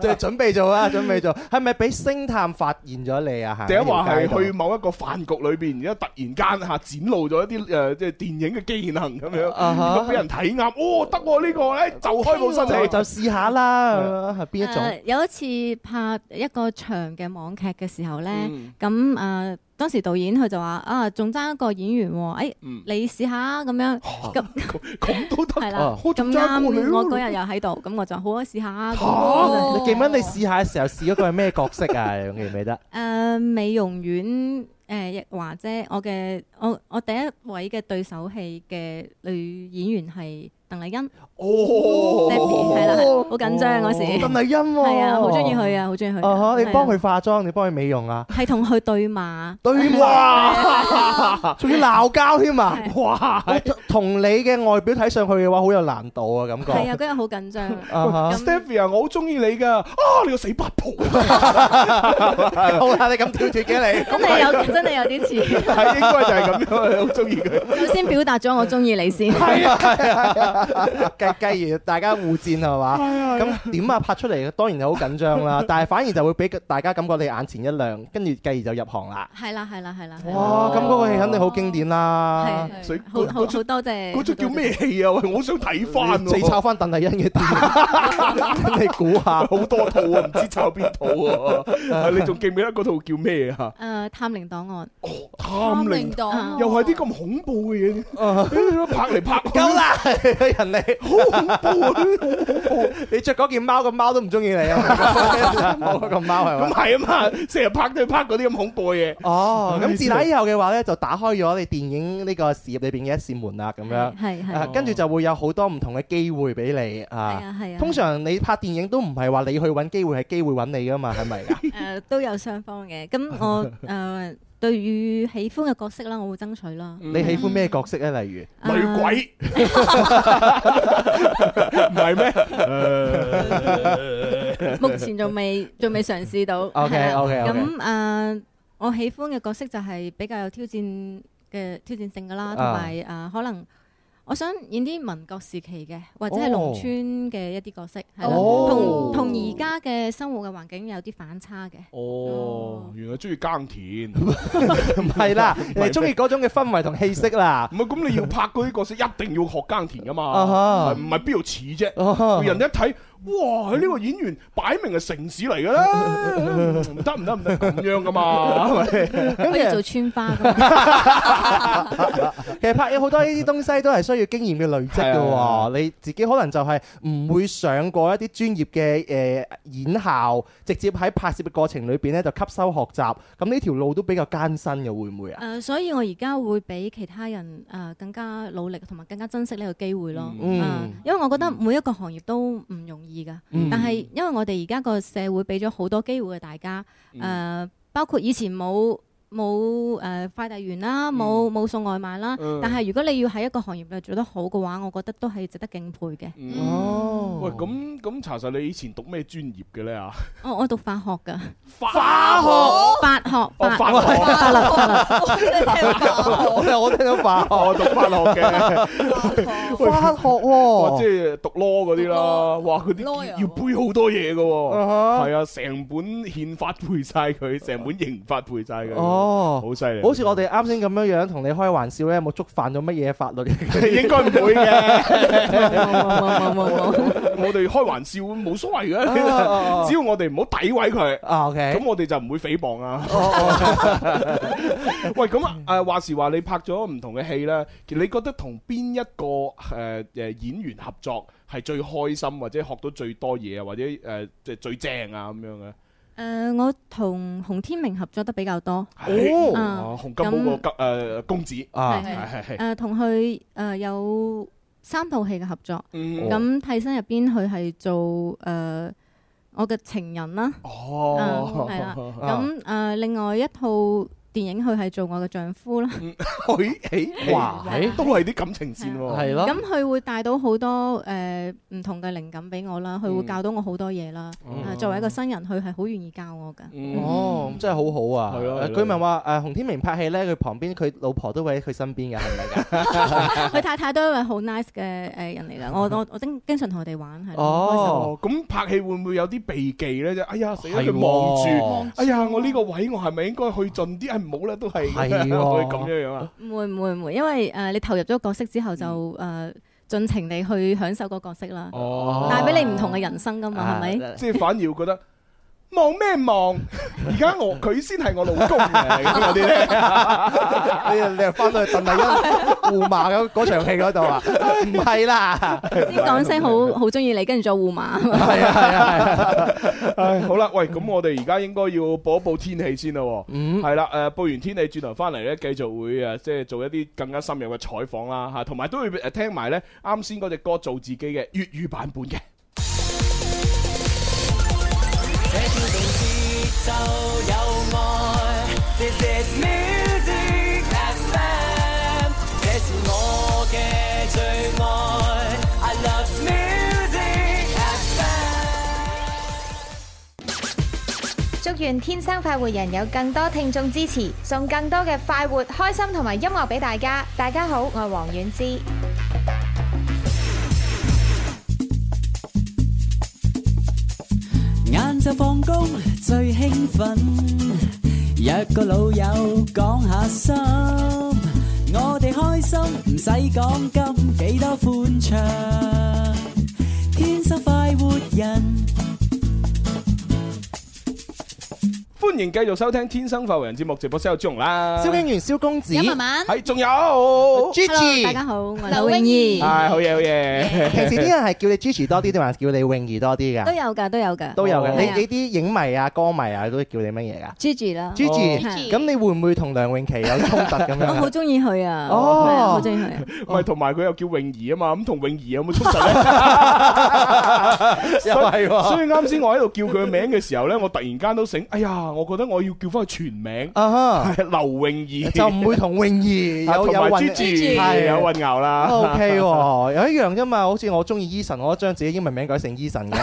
D: 就準備做啊，準備做。係咪俾星探發現咗你啊？行
C: 第一話
D: 喺
C: 係
D: 條街
C: 去
D: 度
C: 某一個飯局裏邊，而家突然間嚇展露咗一啲誒即係電影嘅機能咁樣，
D: 啊哈
C: 咁俾人睇啱，哦得喎呢個咧就開部新
D: 就
C: 戲，
D: 就試下啦，係邊一
K: 誒
D: 種？
K: 呃有一次拍一個長嘅網劇嘅時候呢，
D: 嗯
K: 咁誒、呃、當時導演佢就話啊，仲爭一個演員喎、哎
C: 嗯
K: 你試下咁樣，
D: 嗯
K: 咁
C: 咁都得
K: 係
D: 啊
K: 啦，
D: 我
K: 咁
D: 仲爭一個你
K: 啱
D: 咯
K: 我嗰日又喺度，咁我就好啊試下
E: 哦
D: 嚇！你
K: 咁
D: 記唔記得你試下嘅時候試嗰個係咩角色啊？你記唔記得？
K: 誒呃美容院呃誒日華姐，我嘅我我第一位嘅對手戲嘅女演員係鄧麗欣。
C: 哦
K: Debbie 係啦，係啦好緊張嗰時。
D: 哦鄧麗欣喎
K: 係啊，好中意佢啊，好中意佢
D: 啊哈
K: 啊。
D: 你幫
K: 係
D: 佢
K: 啊，
D: 化妝，你幫佢美容啊？
K: 係同佢對罵。
D: 對 哇，仲要鬧交添啊！
C: 哇，
D: 同你嘅外表睇上去嘅話，好有難度啊，感覺。
E: à.
K: 係啊，嗰日好緊張。
D: 啊哈
C: Stephy 啊，我好中意你㗎，啊你個死八婆，
D: 好啦，你咁跳脱嘅你，
K: 真係有真係有啲似。
C: 係應該就係咁樣，你好中意 佢。
K: 首先表達咗我中意你先。
D: 係啊係啊，繼繼而大家互戰係嘛？咁點啊？拍出嚟當然就好緊張啦，但係反而就會俾大家感覺你眼前一亮，跟住繼而就入行啦。
K: 係啦，係啦，係啦。係啦
D: 哇！咁嗰個戲肯定好經典
E: à.
D: 啦，
K: 係好好好多謝。
C: 嗰出叫咩戲啊？喂，我好想睇翻。
D: 自抄翻鄧麗欣嘅 電影，你估下？
C: 好多套啊，唔知抄邊套啊？ 啊你仲記唔記得嗰套叫咩啊？
K: 誒探靈檔案。
C: 探靈
D: 哦
K: 檔
C: 又係啲咁恐怖 嘅嘢，拍嚟
K: 啊
C: 拍去。
D: 夠啦，人哋
C: 好恐怖啊！
D: 你着嗰件貓，個貓都唔中意你啊！冇嗰個貓係嘛？
C: 咁係啊嘛，成日拍都係拍嗰啲咁恐怖嘅嘢。
D: 哦，咁自打以後嘅話咧，就打開咗你電影呢個事業裏邊嘅一扇門啦，咁樣。
K: 係係
D: 啊跟住就會有好多唔同嘅機會俾你啊。
K: 係啊係啊
D: 通常你拍電影都唔係話你去揾機會，係機會揾你噶嘛，係咪 㗎？
K: 誒、都有雙方嘅。咁我誒、對於喜歡嘅角色啦，我會爭取啦。
D: 你喜歡咩角色咧？例如
C: 女鬼，唔係咩？誒
K: 目前仲未仲未嘗試到。
D: OK，
K: 係啦
D: OK，OK
K: 咁誒、呃我喜歡嘅角色就係比較有挑戰嘅挑戰性噶啦，
J: 啊
K: 同埋呃誒可能。我想演啲民國時期嘅，或者係
J: 哦
K: 農村嘅一啲角色，係啦，
C: 哦
K: 同同而家嘅生活嘅環境有啲反差嘅。
C: 哦，原來中意耕田，
D: 唔係啦，你中意嗰種嘅氛圍同氣息啦。
C: 唔係咁你要拍嗰啲角色一定要學耕田噶
K: 哦
D: 啊哈
C: 嘛，唔係唔係邊度似
D: 啊哈
C: 啫？人哋一睇，哇！呢個演員擺明係城市嚟㗎啦，唔得唔得唔得咁樣㗎嘛，係咪？
D: 啊
K: 可以做村花㗎嘛。
D: 其實拍嘢好多呢啲東西都係需需要經驗嘅累積嘅
C: 係啊
D: 喎，你自己可能就係唔會上過一啲專業嘅誒演校，直接喺拍攝嘅過程裏邊咧就吸收學習，咁呢條路都比較艱辛嘅，會唔會
K: 誒、
D: 啊？
K: 所以我而家會比其他人誒、更加努力，同埋更加珍惜呢個機會咯。
D: 嗯
K: 啊因為我覺得每一個行業都唔容易㗎，
J: 嗯
K: 但係因為我哋而家個社會俾咗好多機會大家，呃
J: 嗯
K: 誒、包括以前冇。冇誒、呃快遞員啦，冇冇、送外賣啦，
C: 嗯
K: 但係如果你要喺一個行業度做得好嘅話，我覺得都係值得敬佩嘅。
C: 哦，喂，咁咁查實你以前讀咩專業嘅咧啊？
K: 我我讀化學㗎，
C: 化學
K: 法學，法
C: 法學
K: 法律法律。
D: 我我聽到 化學，
C: 哦我讀法學
D: 哦
C: 嘅，
D: 化學
C: 哇，即
D: 喎，
C: 係讀 law 嗰啲啦，哇，嗰啲要要背好多嘢嘅喎，
D: 啊哈
C: 係啊，成本憲法背晒 佢，成本刑法背晒佢，
D: 哦，
C: 啊好犀利，
D: 好似我哋啱先咁樣樣同你開玩笑咧，有冇觸犯咗乜嘢法律？
C: 應該唔會嘅，
D: 冇冇
C: 我哋開玩笑冇所謂
D: 啊啊啊
C: 嘅， 只要我哋唔好詆毀佢，咁我哋就唔會誹謗啊。
D: 哦
C: 喂，咁啊誒話時話你拍咗唔同嘅戲啦，其實你覺得同邊一個誒誒演員合作係最開心，或者學到最多嘢啊，或者誒即係最正啊咁樣嘅？
K: 誒、呃我同洪天明合作得比較多。
C: 係
K: 啊
C: 哦，洪金寶個
K: 咁
C: 金誒公子
D: 啊
K: 係
C: 係係
K: 係
C: 係
K: 誒，呃同佢誒有三套戲嘅合作。
C: 嗯
K: 咁替身入邊，佢係做誒我嘅情人啦。
C: 哦
K: 嗯係啦。
C: 啊
K: 咁誒，另外一套電影佢係做我嘅丈夫啦。
C: 佢誒
D: 哇
K: 啊
D: 係
C: 都係啲感情線喎，
D: 係咯
K: 咁佢會帶到好多誒唔同嘅靈感俾我啦，啊佢會
D: 嗯
K: 教到我好多嘢啦。
C: 哦
K: 啊作為一個新人，佢係好願意教我㗎。
D: 哦，咁真係好好啊！
C: 嗯係咯係咯
D: 據聞話誒，洪天明拍戲咧，佢旁邊佢老婆都會喺佢身邊嘅，係咪㗎？
K: 佢太太都係一位好 nice 嘅誒人嚟㗎，我我我經經常同佢哋玩係。
C: 哦，咁拍戲會唔會有啲避忌咧？就哎呀，死啦！
D: 哦係
C: 佢
D: 喎
C: 望住，哎呀，我呢個位我係咪應該去盡啲？哎係唔好咧， 都係
D: 係喎
C: 會咁樣樣啊。
K: 唔會唔會唔會，因為誒、呃你投入咗角色之後就誒、
D: 嗯
K: 呃、盡情地去享受個角色啦，
C: 哦
K: 帶俾你唔同嘅人生噶
D: 啊
K: 嘛，係咪？
C: 即係反而會覺得望咩望？而家我佢先係我老公嚟嗰啲咧。
D: 你又你又翻到去鄧麗欣互罵嗰嗰場戲嗰度啊？唔係啦，
K: 先講聲好好中意你，跟住再互罵。
C: 啊唉，好啦，喂，咁我哋而家應該要報一報天氣先啦喎。係啦，誒報完天氣，轉頭翻嚟咧，繼續會誒即係做一啲更加深入嘅採訪啦嚇，同埋都會誒聽埋咧啱先嗰只歌做自己嘅粵語版本嘅。
P: 这跳動節奏有愛，This is music FM，這是我嘅最愛，I love music FM。
Q: 祝願天生快活人有更多聽眾支持，送更多嘅快活、開心同埋音樂俾大家。大家好，我係黃婉之。
P: 晏晝放工最興奮，約個老友講下心，我哋開心唔使講金，幾多歡暢，天生快活人。
C: 歡迎繼續收聽《天生快活人》節目，直播室有朱紅啦，
D: 蕭敬元、蕭公子、
C: 有文文係仲有 Gigi
K: 大家好，我係劉泳兒。
D: 啊
C: 係好嘢好嘢。
D: 平時啲人係叫你 Gigi 多啲定還是叫你泳兒多啲
K: 都
D: 㗎？
K: 有㗎，都有㗎，
D: 都有嘅。
K: 係啊
D: 你你啲影迷啊、歌迷啊都叫你乜嘢㗎
K: Gigi 啦
D: ？Gigi，咁你會唔會同梁詠琪有衝突咁
K: 我 好
D: 樣？
K: 中意佢啊，
D: 哦
K: 係啊好中意佢啊。
C: 唔係，同埋佢又叫泳兒啊嘛，咁同泳兒有冇衝突 咧？
D: 又係喎
C: 所以啱先我喺度叫佢嘅名嘅時候咧，我突然間都醒，哎呀，我覺得我要叫翻佢全 名，
D: 啊
C: 劉泳兒，
D: 就唔會同泳兒
C: 啊
D: 有
C: 同
D: 有
C: 埋
D: 混哦
C: Gigi 有混淆啦
D: O K 喎，有一樣啫嘛，好似我中意 Eason，我都將自己英文名改成 Eason 嘅。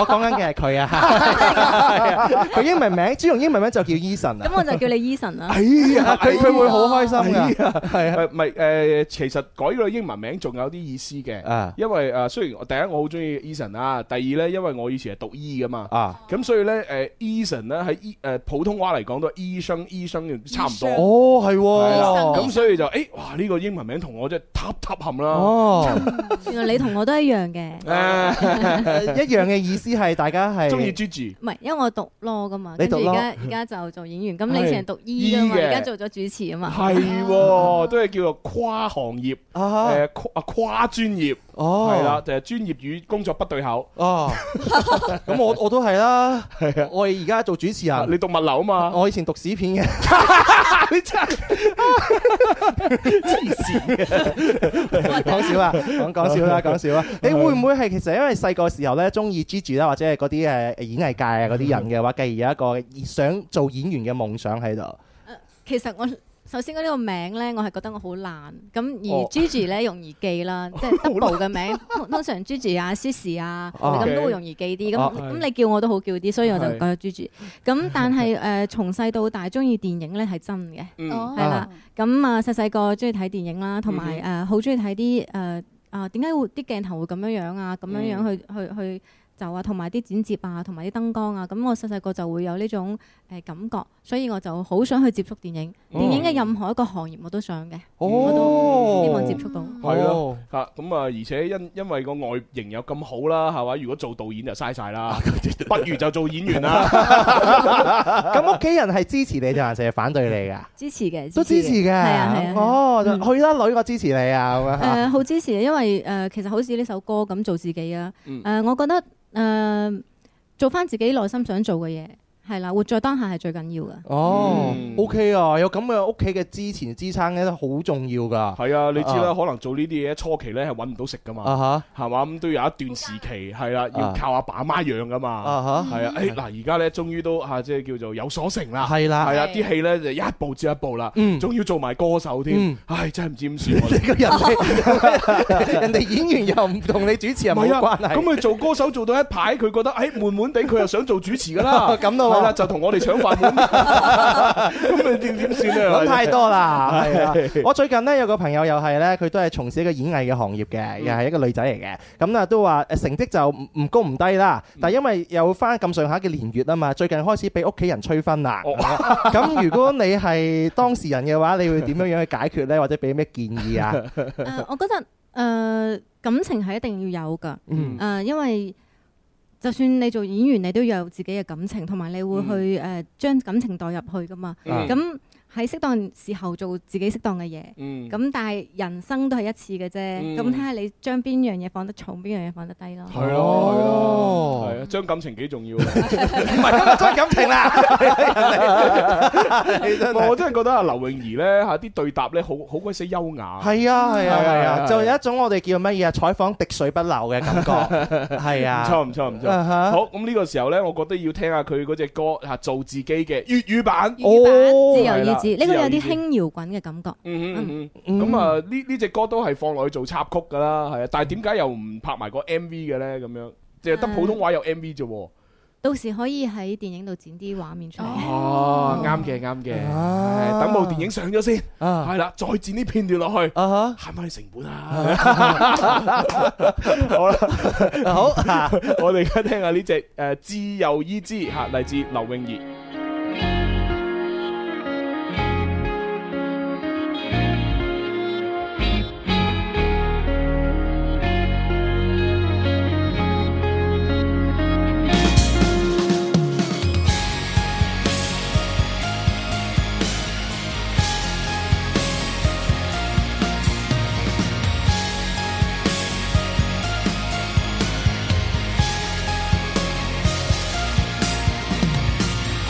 D: 我 講緊 嘅係佢啊，佢英文名，朱容英文名就叫 Eason 啊
K: 咁。我就叫你 Eason 啦。
C: 哎呀，
D: 佢佢會好開心㗎
C: 係啊，係唔係誒？其實改個英文名仲有啲意思
D: 啊
C: 嘅，因為誒雖然我第一 E 我好中意 Eason 啊，第二咧因為我以前係讀醫噶嘛，咁所以咧誒 Eason 咧喺醫誒普通話嚟講都係醫生醫生嘅差唔多。
D: 哦係喎
C: 係啦
D: 醫生
C: 咁所以就誒哇呢個英文名同我真係塔塔冚啦。
D: 哦，
K: 原來你同我都一樣嘅，
C: 誒
D: 一樣嘅意思係大家係
C: 中意 Gigi。
K: 唔係因為我讀 law 噶嘛，
D: 你
K: 跟
D: 讀
K: 住而
D: law 嗯
K: 家而家就做演員，咁
C: 係
K: 你以前係讀醫噶嘛，
C: E 醫嘅
K: 而家做咗主持啊嘛，
C: 係 喎，都係叫做跨行業，
D: 啊
C: 誒跨啊跨專業，
D: 哦
C: 係啦，就係專業與工作不對口。
D: 哦，咁我 我都係啦，我而家做主持人，
C: 你讀物啊流啊嘛，
D: 我以前讀屎片嘅，
C: 你 真係黐線嘅，
D: 講 笑啦，講講笑啦，講笑啦。你會唔會係其實因為細個時候咧，中意 Gigi 啊啦，或者係嗰啲誒演藝界啊嗰啲人嘅話，繼而有一個想做演員嘅夢想喺度？
K: 其實我首先嗰呢個名咧，我係覺得我好爛。咁
D: 哦
K: 而 Gigi 咧容易記啦， 即係 double 嘅名，通通常 Gigi 啊、Sisi 啊，
D: 哦
J: 啊
K: 咁都會容易記啲。
J: 啊
K: 咁咁你叫我都好叫啲，所以我就覺得 Gigi。咁但係誒，從細到大中意電影咧係真嘅，
J: 嗯哦
K: 係啦。咁啊細細個中意睇電影
D: 嗯
K: 啦，啊同埋誒好中意睇啲誒啊點解會啲鏡頭會咁樣樣啊，咁樣樣去去去。就啊，同埋啲剪接啊，同埋啲燈光啊，咁我細細個就會有呢種誒感覺，所以我就好想去接觸電影。
C: 哦
K: 電影嘅任何一個行業我都想嘅，
D: 哦
K: 我都希望接觸到。
C: 係咯，嚇咁啊！而且因因為個外形又咁好啦，係嘛？如果做導演就嘥晒 啦，不如就做演員啦。
D: 咁屋企人係支持你定還是係反對你㗎？
K: 支持嘅，
D: 都支持嘅，
K: 係啊係啊。
D: 哦，就去啦，女我支持你啊，咁樣嚇
K: 誒好支持，因為誒其實好似呢首歌咁做自己啊。
D: 嗯
K: 誒我覺得誒做翻自己內心想做嘅嘢係啦，活在當下係最緊要嘅。
D: 哦，OK 啊，有咁嘅屋企嘅支持支撐咧，好重要㗎。
C: 係啊，你知啦，
D: 啊
C: 可能做呢啲嘢初期咧係揾唔到食噶嘛，
D: 啊
C: 係嘛？咁都有一段時期係啦，要
D: 啊
C: 靠阿爸阿媽養噶嘛，
D: 啊哈
C: 係啊，誒嗱，而家咧終於都嚇即係叫做有所成啦，
D: 係啦
C: 係啊，
D: 係
C: 啲戲咧就一步接一步啦，
D: 嗯
C: 仲要做埋歌手添
D: 嗯，
C: 唉，真係唔知點算我哋。
D: 個人哋 人哋演員又唔同你主持人
C: 係
D: 冇關
C: 啊，
D: 係。
C: 咁佢做歌手做到一排，佢覺得誒悶悶地，佢又想做主持 噶啦，
D: 哦咁咯喎
C: 係啦，就同我哋搶飯碗， 咁你點點算啊？！
D: 諗太多啦，係啊我最近咧有個朋友又係咧，佢都係從事一個演藝嘅行業
C: 嗯
D: 嘅，又係一個女仔嚟嘅。咁啊都話誒成績就唔唔高唔低啦，
C: 嗯
D: 但係因為有翻咁上下嘅年月啊嘛，最近開始俾屋企人催婚啦。
C: 哦
D: 咁如果你係當事人嘅話，你會點樣樣去解決咧，或者俾咩建議 啊？
K: 誒，我覺得誒、呃感情係一定要有㗎。誒、
D: 嗯
K: 呃因為就算你做演員，你都要有自己嘅感情，同埋你會
D: 嗯
K: 去誒、呃、將感情代入去㗎嘛。
J: 嗯
K: 咁喺適當時候做自己適當嘅嘢。咁、
J: 嗯
K: 但係人生都係一次嘅啫，
C: 嗯
K: 咁睇下你將邊樣嘢放得重，邊樣嘢放得低咯。
C: 係咯，係咯， 係啊，將感情幾重要啊！唔
D: 哦係將感情
C: 啦
D: 你真係
C: 我真係覺得啊，劉泳兒咧嚇啲對答咧，好好鬼死優雅。
D: 係啊係啊係啊，就
C: 係
D: 有一種我哋叫乜嘢啊？採訪滴水不漏嘅感 覺，係啊，
C: 唔錯唔錯唔錯。
D: 啊哈
C: 好，咁呢個時候咧，我覺得要聽下佢嗰只歌嚇做自己嘅粵語版。
K: 自
C: 自
K: 由意志，呢個有啲輕搖滾嘅感覺。
C: 嗯嗯嗯，咁啊呢呢只歌都係放落去做插曲噶啦，係啊，但係點解又唔拍埋個 M V 嘅咧？咁樣淨係得普通話有 M V 啫喎。
K: 到時可以喺電影度剪啲畫面出嚟。
C: 哦，啱嘅啱嘅，係等部電影上咗先，
D: 啊
C: 係啦，再剪啲片段落去，慳翻啲成本 啊！好啦，
D: 好，啊
C: 我哋而家聽下呢只誒《自由意志》嚇，嚟自劉泳兒。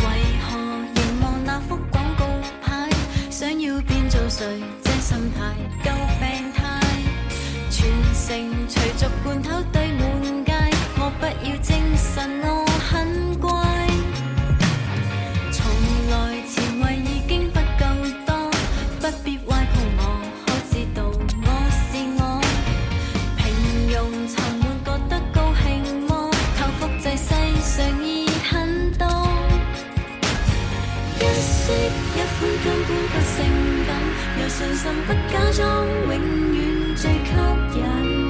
F: 為何凝望那幅廣告牌，想要變做誰？這心態夠病態，全城隨逐罐頭堆滿街，我不要精神，我很乖。從來前衞已經不夠多，不必歪曲我，可知道我是我。平庸沉悶覺得高興麼？靠複製世上已很多。一式一款根本不性感，有信心不假裝，永遠最吸引。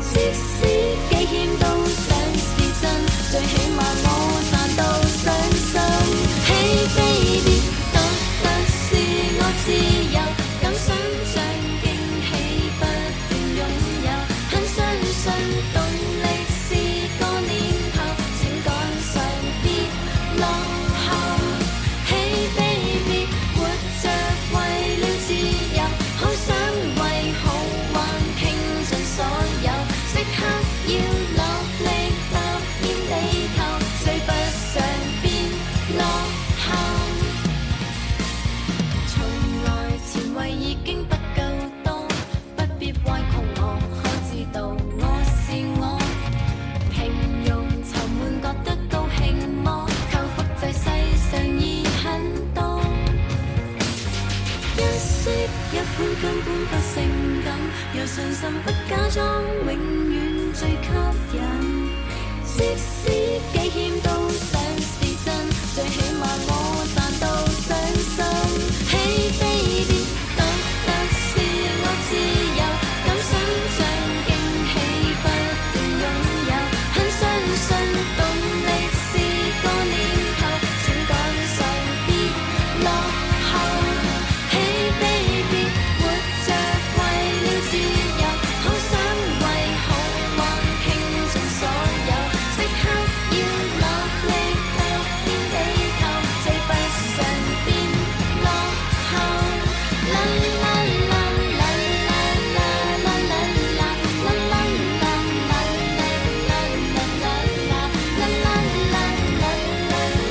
F: 即使幾險都想是真，最起碼我賺到信心。知幾險都想是真，最起碼我賺到傷心。Hey baby，獨特是我自由，敢想像勁氣不斷擁有，很相信動力是個念頭，請趕上別落後。Hey baby，活着為了自由，好想為好夢傾盡所有，即刻要落力到遍地球，追不上變落後。啦啦啦啦啦啦啦啦啦啦啦啦啦啦啦啦啦啦啦啦。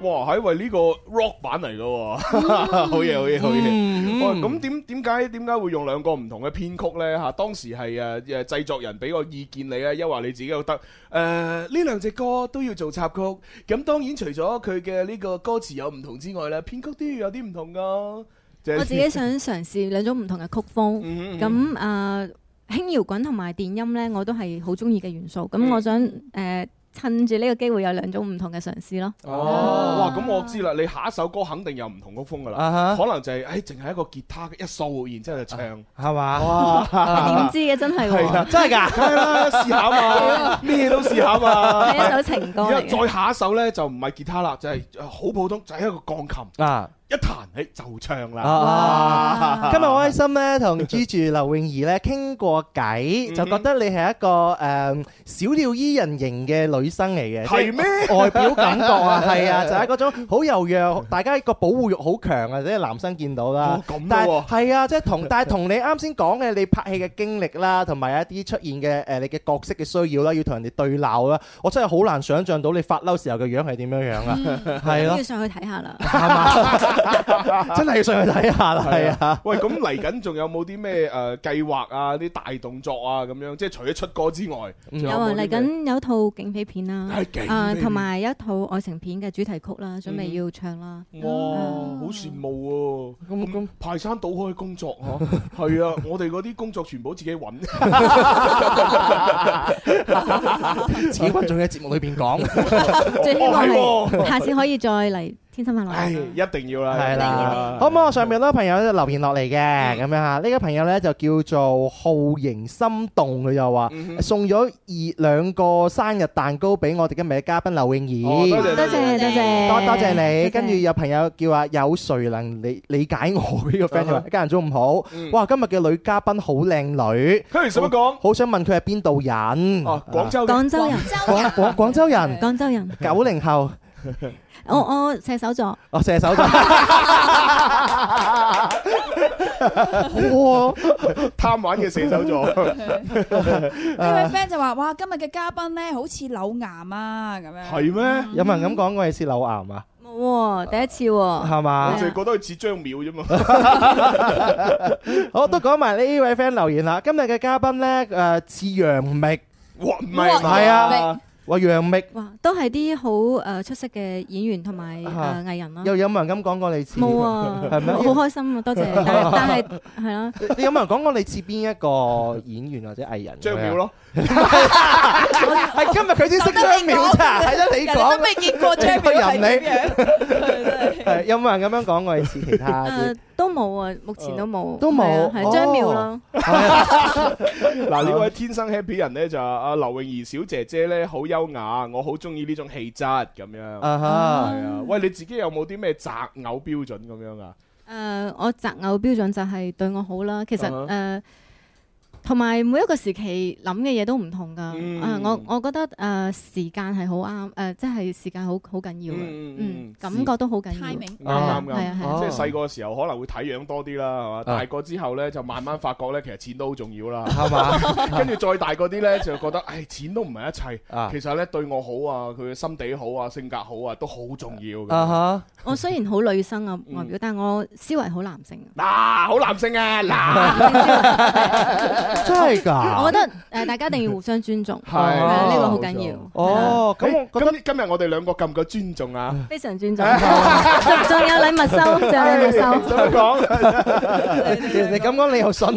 C: 哇，係喂呢個 rock 版嚟嘅喎，
K: 嗯
C: 好嘢好嘢好
F: Ừ.
C: 嘢！哇，咁點點解點解會用兩個唔同嘅編曲咧？嚇，當時係呃誒誒製作人俾個意見你咧，抑或你自己覺得誒呃呢兩隻歌都要做插曲，咁當然除咗佢嘅呢個歌詞有唔同之外咧，編曲都要有啲唔同噶。就係
K: 我自己想嘗試兩種唔同嘅曲風，
C: 嗯
K: 咁啊輕搖滾同埋電音呢，我都係好中意嘅元素。咁
C: 嗯
K: 我想誒趁住呢個機會有兩種唔同嘅嘗試咯。 啊
C: 哦，哇！咁我知啦，你下一首歌肯定有唔同曲 風噶
D: 啊
C: 啦，可能就係誒淨係一個吉他一掃，然之後就唱。
D: 係嘛？
K: 哇！點知嘅真係
C: 係啊
K: 喎，
D: 真係㗎
C: 梗係啦，試下嘛，咩都試下嘛。
K: 係一首情歌
C: 而
K: 嚟
C: 家再
K: 嘅。
C: 下一首咧就唔係吉他啦，就係好普通，就係一個鋼琴
D: 啊。
C: 一彈，誒就唱啦。
D: 今日好開心咧，同 Gigi 劉泳兒咧傾過偈，
C: 嗯
D: 就覺得你係一個誒小鳥依人型嘅女生嚟嘅，
C: 係咩
D: 即係外表感覺啊，係啊，就係嗰種好柔弱，大家個保護欲好強啊，即係男生見到啦。
C: 咁
D: 但
C: 喎
D: 係係啊，即係同但係同你啱先講嘅你拍戲嘅經歷啦，同埋一啲出現嘅誒你嘅角色嘅需要啦，要同人哋對鬧啦，我真係好難想像到你發嬲時候嘅樣係點樣樣 啊，係
K: 咁
D: 咯
K: 要。上去睇下啦。
D: 真係要上去睇下啦，係啊。
C: 喂，咁嚟緊仲有冇啲咩誒計劃啊？啲大動作啊咁樣，即係除咗出歌之外，仲
K: 有
C: 冇
K: 啊，
C: 啲咩
K: 嚟緊有套警匪片啦
C: 係警匪，
K: 啊
C: 片
K: 同埋有一套愛情片嘅主題曲啦，準備要唱啦。
C: 哇，好羨慕喎！咁咁排山倒海嘅工作 嚇，係啊，我哋嗰啲工作全部自己揾，
D: 自己揾仲喺節目裏邊講，
K: 最希望
C: 哦係
K: 係
C: 喎
K: 下次可以再嚟天生快
D: 哎
K: 樂。
C: 唉，一定要啦，
D: 係啦。好唔好？我上面好多朋友咧留言落嚟嘅，咁樣嚇。呢個朋友咧就叫做浩形心動，佢就話
C: 嗯
D: 送咗二兩個生日蛋糕俾我哋今日嘅嘉賓劉泳
K: 哦
D: 兒，
K: 多謝多謝多
D: 多
K: 謝
D: 多謝你。
K: 多謝
D: 跟住有朋友叫話有誰能理理解我呢個 friend 就話一家人中午好，哇！今日嘅女嘉賓好靚女，
C: 嘿使乜講？
D: 好想問佢係邊度人？
C: 哦，廣州嘅
K: 廣州人
D: 廣廣廣州人，
K: 廣州人，
D: 九零後。
K: 我我射手座，
D: 哦，射 手 座。哇！
C: 貪玩嘅射手座，
D: 啊
E: 呢位 friend 就話：哇，今日嘅嘉賓咧，好似柳岩啊咁樣。
C: 係咩？
D: 有冇人咁講我係似柳岩啊？
K: 冇喎，第一次喎。
D: 係嘛
C: 我？就係覺得佢似張淼啫嘛。
D: 好，都講埋呢位 friend 留言啦。今日嘅嘉賓呢，誒似楊冪，
C: 哇，唔
K: 係嘛
D: 係啊，話楊冪
K: 哇，都係啲好
F: ờ,
K: 誒出色嘅演員同埋
D: 啊
K: 誒藝人啦。
D: 又有冇人咁講過你似？
K: 冇啊，
D: 係咩？
K: 好開心啊，多謝。但係但係係啦，
D: 你有冇人講過你似邊一個演員或者藝人？
C: 張淼咯，
D: 係今日佢 先識張淼 咋，係得你講。
E: 人哋都未見過張啊淪係點樣
D: 你係有冇人咁樣講過你似其他啲
K: 誒？都冇啊，目
C: 嗯
K: 前都冇，
D: 都冇
K: 係啊係張妙啦。
C: 嗱呢位天生 happy 人咧就阿劉泳兒小姐姐咧好優雅，我好中意呢種氣質咁樣。
D: 啊哈
C: 係啊，喂你自己有冇啲咩擇偶標準咁樣啊？
K: 誒、我擇偶標準就係對我好啦。其實誒、
C: 啊哈
K: 呃同埋每一個時期諗嘅嘢都唔同㗎。
D: 嗯
C: 嗯
K: 啊，我我覺得誒、呃、時間係好啱，誒、呃即係時間好好緊要嘅。
C: 嗯
K: 嗯，感覺都好緊要。
C: 啱
K: 係
C: 啱
K: 啊係啊係
C: 啱，
K: 啊
C: 即係細個嘅時候可能會睇樣多啲啦，係嘛？大個之後咧就慢慢發覺咧，其實錢都好重要啦，
D: 係 嘛？
C: 跟住再大個啲咧就覺得，唉，錢都唔係一切，其實咧對我好啊，佢嘅心地好啊，性格好啊，都好重要嘅。
D: 啊
K: 我雖然好女生啊外表，但我思維好男性。
C: 嗱，好男性啊，嗱。
D: 真係㗎？
K: 我覺得誒大家一定要互相尊重，
C: 係
K: 係啊呢個好
C: 冇錯
K: 緊要，
D: 哦，
C: 咁我今今日我哋兩個夠唔夠尊重啊？
K: 非常尊重。仲有禮物收，仲有禮物收。
C: 咁 講，
D: 你你咁講你又信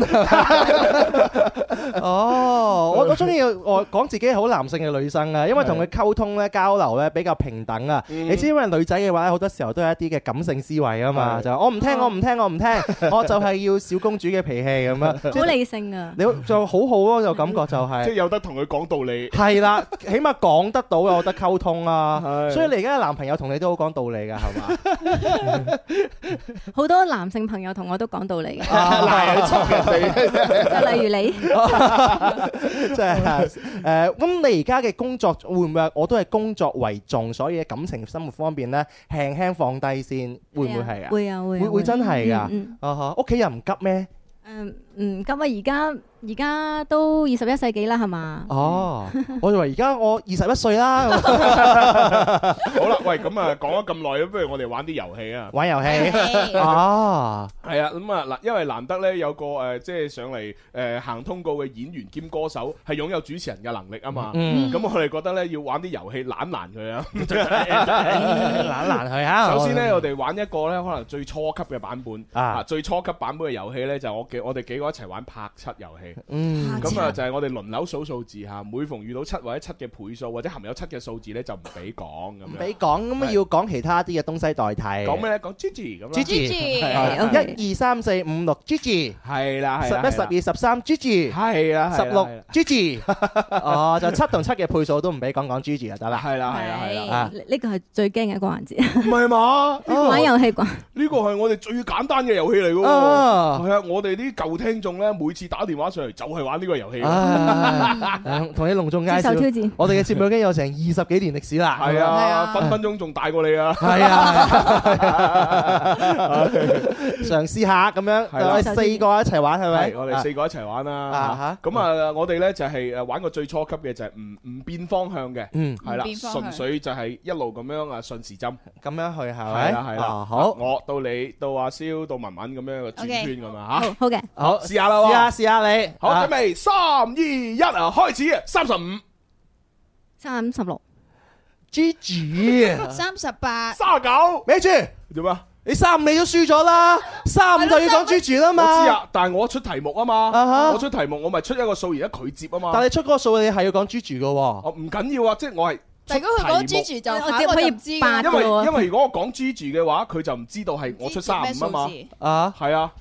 D: 哦，我我中意我講自己好男性嘅女生啊，因為同佢溝通咧、交流咧比較平等啊。你知因為女仔嘅話咧，好多時候都有一啲嘅感性思維啊嘛，
K: 係
D: 就話我唔聽，我唔聽，我唔聽，我就係要小公主嘅脾氣咁樣。
K: 好理性啊！
D: 你就好好咯，就感覺就係、
C: 即係有得同佢講道理。
D: 係啦，起碼講得到啊，我覺得溝通啊，所以你而家嘅男朋友同你都好講道理㗎，係嘛？
K: 好多男性朋友同我都講道理嘅，
D: 啊嗱
K: 就 例如你，
D: 即係誒，咁你而家嘅工作會唔會？我都係工作為重，所以感情生活方面咧，輕輕放低先，會唔會係啊？
K: 會啊會
D: 會
K: 啊會
D: 會
K: 啊
D: 真係㗎
K: 嗯嗯
D: 啊哈！屋企人唔急咩？
K: 誒嗯，咁啊而家而家都二十一世紀啦，係嘛？
D: 哦，我以為而家我二十一歲啦，咁
C: 好啦，喂，咁啊講咗咁耐，不如我哋玩啲遊戲啊！
D: 玩遊戲啊！
C: 系啊，咁啊嗱，因為難得咧有個诶，呃即係上嚟诶行通告嘅演員兼歌手，係擁有主持人嘅能力啊嘛。
D: 嗯
C: 咁我哋覺得咧要玩啲遊戲懶難佢 啊，
D: 懶懶佢啊
C: 首先咧，我哋玩一個咧可能最初級嘅版本
D: 啊
C: 啊，最初級版本嘅遊戲咧就我幾我哋幾個一齊玩拍七遊戲。
D: 嗯
C: 咁啊就係我哋輪流數數字吓，每逢遇到七或者七嘅倍數或者含有七嘅數字咧就唔俾講咁樣。
D: 唔俾講，咁啊要講其他啲嘅東西代替。
C: 講咩咧？講 Gigi 咁啦。
D: Gigi，
C: 係
D: 係一二三四五六 Gigi，
C: 係啦係啦
D: 十一、十二、十三 Gigi，
C: 係啦係啦
D: 十六
C: 係啦
D: Gigi，哦， 就七同七嘅倍數都唔俾講講 Gigi 就得啦，
C: 係啦係啦係啦
D: 啊
K: 呢呢個係最驚嘅一個環節，
C: 唔係嘛？
K: 玩遊戲啩？
C: 呢個係我哋最簡單嘅遊戲嚟嘅喎，
D: 啊
C: 係啊！我哋啲舊聽眾咧，每次打電話上嚟就係玩呢個遊戲。
D: 啊唉同你隆重介
C: 接受挑
D: 紹
C: 戰，
D: 我哋嘅節目已經有成二十幾年歷史啦，
C: 係啊，分分鐘仲大過你啊！
D: 係啊， 嘗試下咁樣，
C: 係啦
D: 我哋四個一齊玩係咪
C: 係？我哋四個一齊玩啦
D: 啊。
C: 咁啊，我哋咧就係誒玩個最初級嘅，就係唔唔變方向嘅，
D: 嗯
C: 係啦
D: 唔變，方向
C: 純粹就係一路咁樣啊順時針。
D: 咁樣去係咪？
C: 係啦係啦
D: 啊，好。
C: 我到你到阿蕭到文文咁樣轉
D: OK
C: 圈咁啊嚇。
K: 好嘅，
D: 好
C: 試下啦喎
D: 試下試下你，
C: 好，
D: 啊
C: 準備三二一啊，開始啊，三十五。
K: 三十六，
C: 啊
D: Gigi，
E: 三十八，
C: 三九，
D: 咪住
C: 點啊？
D: 你三五你都輸咗啦，三五就要講 Gigi 啦嘛。
C: 我知啊，但係我出題目啊嘛，
D: 哈
C: 我出題目我咪出一個數，而家佢接啊嘛。
D: 但你出嗰個數，你係要講 Gigi 嘅喎。
C: 哦，唔緊要啊，即係我係出
E: 但如果佢講
C: 題目
E: Gigi 就
K: 我
E: 下
K: 接
E: 一個
K: 可以
E: 就唔知㗎啦
K: 八
C: 因為
K: 喎
C: 因為如果我講 Gigi 嘅話，佢就唔知道係我出三五
E: 咩
C: 啊
E: 數
C: 嘛，
E: 字？
D: 啊，
C: 係啊。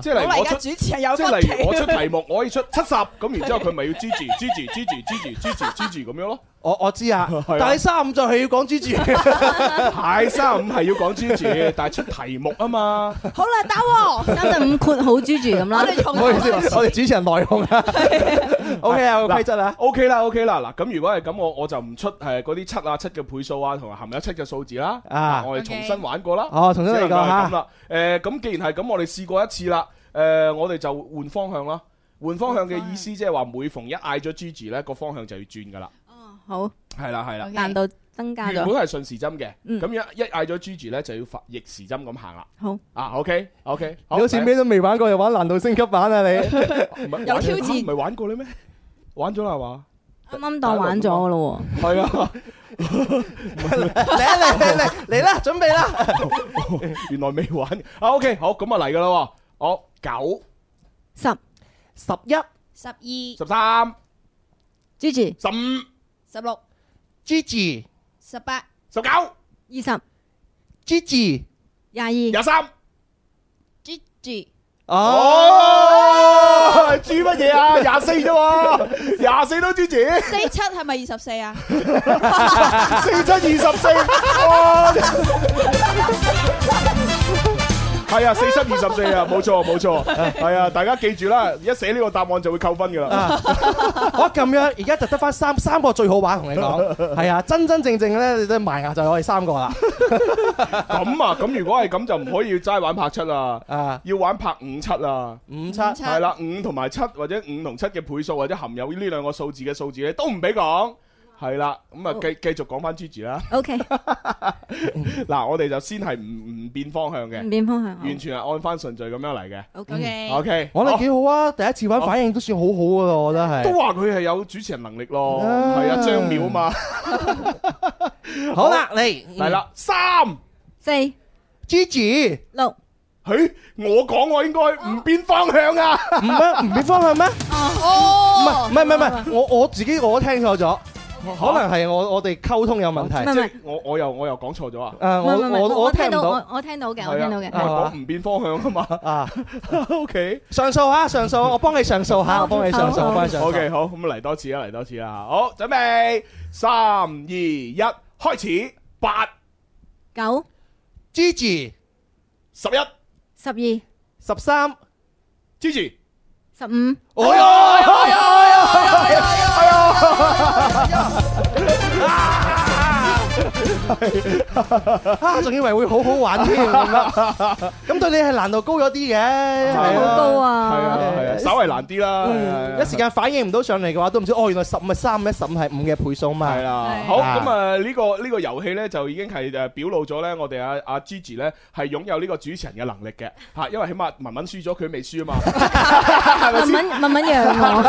C: 即係例
E: 好啦
C: 如我
E: 而家
C: 出，
E: 主持人有
C: 即係例
E: 分歧
C: 如我出題目，我可以出七十，咁然之後佢咪要 Gigi Gigi Gigi Gigi Gigi Gigi 咁樣咯。
D: 我我知 啊，
C: 啊
D: 但你三五就係要講 Gigi。
C: 係三五係要講 Gigi，但 係出題目啊嘛。
E: 好啦，打喎，
K: 三十五括好 Gigi 咁啦。
D: 唔好意 思，我哋主持人內訌 啊。O K 啊，有個規則啊。
C: O K 啦，O K 啦，嗱咁如果係咁，我我就唔出誒嗰啲七啊七嘅倍數啊，同埋含有七嘅數字啦。
D: 啊
C: 我哋重新玩過啦。
D: 哦重新嚟過
C: 只能夠係
D: 嚇
C: 咁啦，誒咁既然係咁，我哋試過一次啦。誒我哋就換方向啦。換方向嘅意思即係話每逢一嗌咗 Gigi 咧，個方向就要轉噶啦。
E: 哦
K: 好，
C: 係啦係啦。
K: 難度增加
C: 原本
K: 咗。嗯
C: 係順時針嘅，咁一一嗌咗 Gigi 咧就要發逆時針咁行啦。
K: 好
C: 啊，OK OK，
D: 你好似咩都未玩過，又玩難度升級版啊你。
C: 有挑戰，唔係玩過咧咩？玩咗啦係嘛？
K: 啱啱當玩咗咯
C: 係啊，
D: 嚟啊嚟嚟嚟嚟啦，準備啦。
C: 原來未玩啊。OK，好咁啊嚟噶啦喎，好九
K: 十
D: 十一、
E: 十二、
C: 十三
K: Gigi
C: 十五
E: 十六、
D: Gigi、
E: 十八、
C: 十九
K: 喎，二十
D: Gigi。
K: 廿二
C: 廿三。
E: Gigi。
C: 哦，知乜嘢啊？廿四啫喎，廿四都 Gigi，
E: 四七係咪二十四啊？
C: 四七二十四。哇係啊，四七二十四啊，冇錯冇錯，係啊，大家記住啦，一寫呢個答案就會扣分㗎啦。
D: 我咁樣，而家就得翻三三個最好玩，同你講，係啊，真真正正咧，你都埋牙就係我哋三個啦。
C: 咁啊，咁如果係咁就唔可以齋玩拍七啦，要玩拍五七啊，
D: 五七
C: 系啦，五同埋七或者五同七嘅倍數或者含有呢兩個數字嘅數字咧，都唔俾講。係啦，咁啊繼繼續講翻 Gigi 啦。
K: OK，
C: 嗱，我哋就先係唔唔變方向嘅，
K: 唔變方向
C: 完全係按翻順序咁樣嚟嘅。嗯
K: OK
C: OK，哦
D: 嗯我哋幾好啊！第一次玩反應都算好好噶啦，我覺得係。
C: 都話佢係有主持人能力咯，
D: 啊
C: 係啊，張淼啊嘛。
D: 好啦，嚟
K: 嗯
C: 嚟啦，三
K: 四
D: ，Gigi
K: 六。
C: 嘿，我講我應該唔變方向啊？
D: 唔咩？唔變方向咩？唔係
K: 哦
D: 唔係唔係唔係，我我自己我都聽錯咗，可能係我我哋溝通有問題。
C: 哦即係我我又我又講錯咗啊！
D: 誒我
K: 唔係唔係
D: 我我聽
K: 聽
D: 唔到
K: 我。我聽到嘅，我
C: 係啊
K: 聽到嘅。
C: 我講唔變方向啊嘛。
D: 啊
C: ，OK，
D: 上訴下，上訴，我幫你上訴下，我幫你上訴，我幫你上訴。
C: OK，好，咁嚟多次啦，嚟多次啦吓。好，準備，三二一，開始，八
K: 九
D: Gigi
C: 十一
K: 十二
D: 十三
C: Gigi
K: 十五。
D: 哎呀！哎呀！哎
E: 啊
D: 呀！
C: 啊
D: 哎呀！啊！仲以為會好好玩添，咁樣咁對你係難度高咗啲嘅，係
C: 係
D: 啊嗯
C: 好
K: 高啊
C: 係啊，係啊，稍微難啲啦。係啊
D: 一時間反應唔到上嚟嘅話，都唔知哦，原來十五係三，一十五係五嘅倍數嘛。係
C: 啦好咁！啊！呢個呢個遊戲咧就已經係誒表露咗咧，我哋阿阿 Gigi 咧係擁有呢個主持人嘅能力嘅嚇，因為起碼文文輸咗，佢未輸 啊嘛。
K: 文文文文讓我，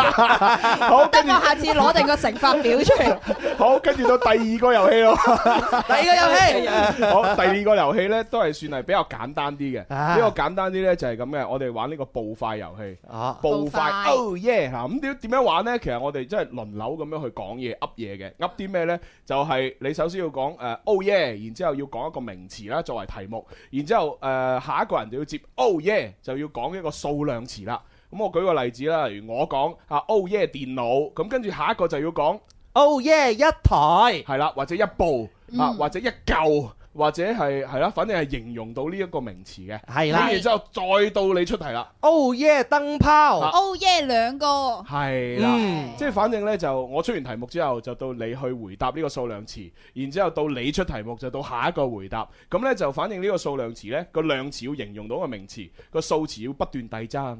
C: 好，跟住
E: 我下次攞定個乘法 表出嚟。
C: 好，跟住到第二個遊戲咯。
D: 第二個遊戲
C: 好，第二個遊戲咧都係算係比較簡單啲嘅。呢
D: 啊
C: 個簡單啲咧就係咁嘅，我哋玩呢個步快遊戲。
D: 啊
C: 步快
D: 步快
C: ，Oh yeah！嚇咁點點樣玩咧？其實我哋真係輪流咁樣去講嘢、噏嘢嘅。噏啲咩咧？就係你首先要講誒 Oh yeah，然之後要講一個名詞啦作為題目，然之後誒下一個人就要接 Oh yeah，就要講一個數量詞啦。咁我舉個例子啦，例如我講啊 Oh yeah 電腦，咁跟住下一個就要講。
D: Oh yeah！一台
C: 係啦，或者一部啊，
D: 嗯
C: 或者一嚿，或者係係啦，反正係形容到呢一個名詞嘅。
D: 係啦
C: 咁然之後再到你出題啦。
D: Oh yeah！燈泡
C: 啊
E: Oh yeah，兩個。
C: 係啦
D: 嗯，
C: 即係反正呢，就我出完題目之後，就到你去回答呢個數量詞，然之後到你出題目就到下一個回答。咁呢，就反正呢個數量詞呢，個量詞要形容到個名詞，個數詞要不斷遞增。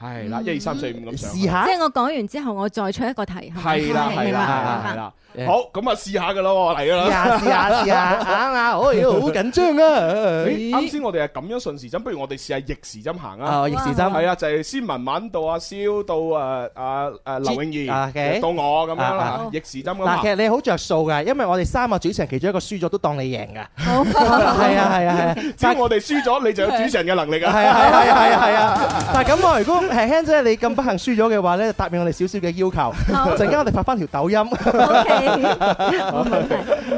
C: 係啦，一二三四五咁上。
D: 啊
K: 即係我講完之後，我再出一個題。
C: 係啦，係啦，係啦，係啦。好，咁啊試下噶咯，嚟噶啦。
D: 試下試下試下，啱啱，我要好緊張啊！
C: 咦啱先我哋係咁樣順時針，不如我哋試下逆時針行啊！
D: 啊逆時針
C: 係啊，就係先文文到阿蕭，到誒阿誒劉永
D: 啊
C: 儀，
D: ，OK
C: 到我咁樣
D: 啊
C: 啦
D: 啊，
C: 逆時針咁
D: 嗱，其實
C: 行。
D: 你好着數㗎，因為我哋三個主持人其中一個輸咗都當你贏 㗎。好，係啊係啊係啊，
C: 只要我哋輸咗，你就有主持人嘅能力啊！
D: 係啊係啊係啊係啊！但係咁我如果輕輕啫，你咁不幸輸咗嘅話咧，答應我哋少少嘅要
C: 好
D: 求，陣間我哋發翻條抖音。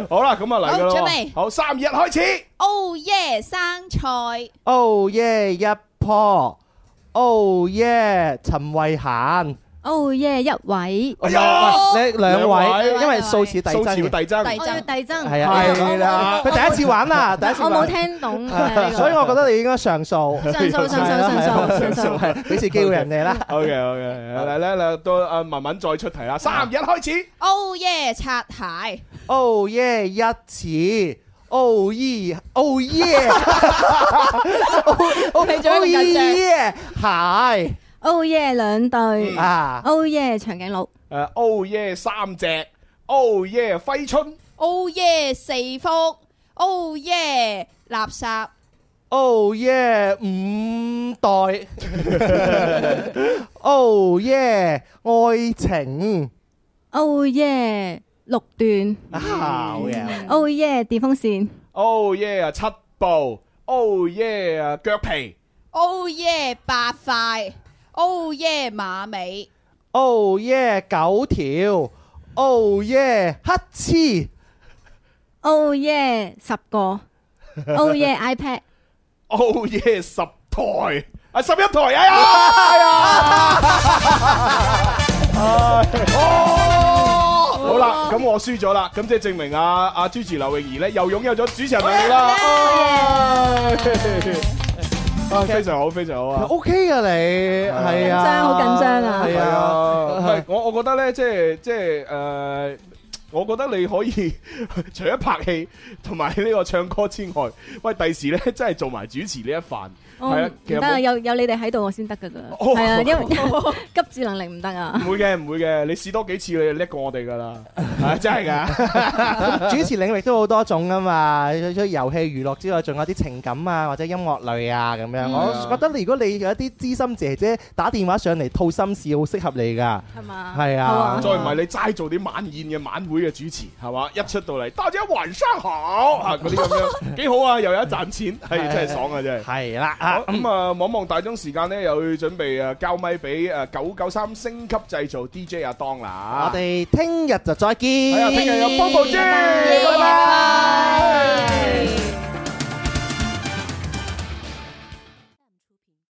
C: 好啦，咁啊嚟噶
E: 好準
C: 啦
E: 備，
C: 好三二一開始。
E: Oh yeah，生菜。
D: Oh yeah 一棵，Oh yeah 陳慧嫻。
K: Oh yeah，一位。
D: 哎呀你兩
C: 兩位
D: 位，因為數字遞
C: 數
D: 增
C: 字要
D: 嘅。
C: 遞增，
K: 我要遞增。
D: 係啊，
C: 係啦
D: 佢第一次玩啦，第一次
K: 我
D: 玩
K: 冇聽懂啊呢個
D: 所以我覺得你應該上訴，
K: 上訴
D: 啊
K: 上訴上訴上訴
D: 訴，俾次機會人哋啦。
C: OK OK，嚟嚟嚟，到阿文文再出題啦，三二一開始。
E: Oh yeah，擦鞋。
D: Oh yeah，一次。Oh yeah，Oh yeah，Oh
E: 你做一個緊張
D: yeah，鞋。
K: Oh yeah，兩對
C: 嗯
D: 啊
K: Oh yeah，長頸鹿。
C: 誒，Oh yeah 三隻，Oh yeah 揮春。
E: Oh yeah，四福。Oh yeah，垃圾。
D: Oh yeah，五代。Oh yeah，愛情。
K: Oh yeah，六段。
D: 啊好嘢
E: 嗯
K: Oh yeah，電風扇。
C: Oh yeah 啊七步，Oh yeah 啊腳皮
E: Oh yeah，八塊。Oh yeah，馬尾。
D: Oh yeah，九條。Oh yeah，乞嗤。
K: Oh yeah，十個。Oh yeah，iPad。
C: ，Oh yeah 十台，啊十一台，哎呀，哎呀，哦，好啦，咁我輸咗啦，咁即係證明啊阿朱持劉泳儀咧又擁有咗主持人能力啦。哎啊非常好，非常好啊！
D: O K 噶你係啊，
C: 緊張好緊張
D: 係
C: 係啊，唔
D: 啊，
C: 係我我覺得咧，即係即係誒。呃我覺得你可以 除咗拍戲同埋呢個唱歌之外，喂，第時咧 真係做埋主持呢一範，
K: 我
C: 係啊
K: 唔，
C: 其實
K: 得啊，
C: 冇
K: 有有你哋喺度我先得噶㗎，
C: 哦
K: 係 啊，因為 急智能力唔得啊
C: 唔。會嘅，唔會嘅，你試多幾次你就叻過我哋噶 啦，係啊真係㗎。
D: 主持領域都好多種噶嘛，除咗遊戲娛樂之外，仲有啲情感啊，或者音樂類啊咁樣。
K: 嗯
D: 我覺得如果你有一啲資深姐姐打電話上嚟吐心事，好適合你㗎。
K: 係嘛
D: 係啊，
C: 再唔係你齋做啲晚宴嘅晚會嘅主持，係嘛？一出到嚟，大家晚上好啊，嗰啲咁樣幾好啊，又有一賺錢，係真係爽啊，真係。
D: 係啦，
C: 好咁啊，望望大鐘時間咧，又要準備啊交咪俾誒九九三星級製造 DJ 阿當啦啊
D: 我。哋聽日就再見。
C: 係啊，聽日有 Bobo 豬，
D: 拜拜
C: 拜拜。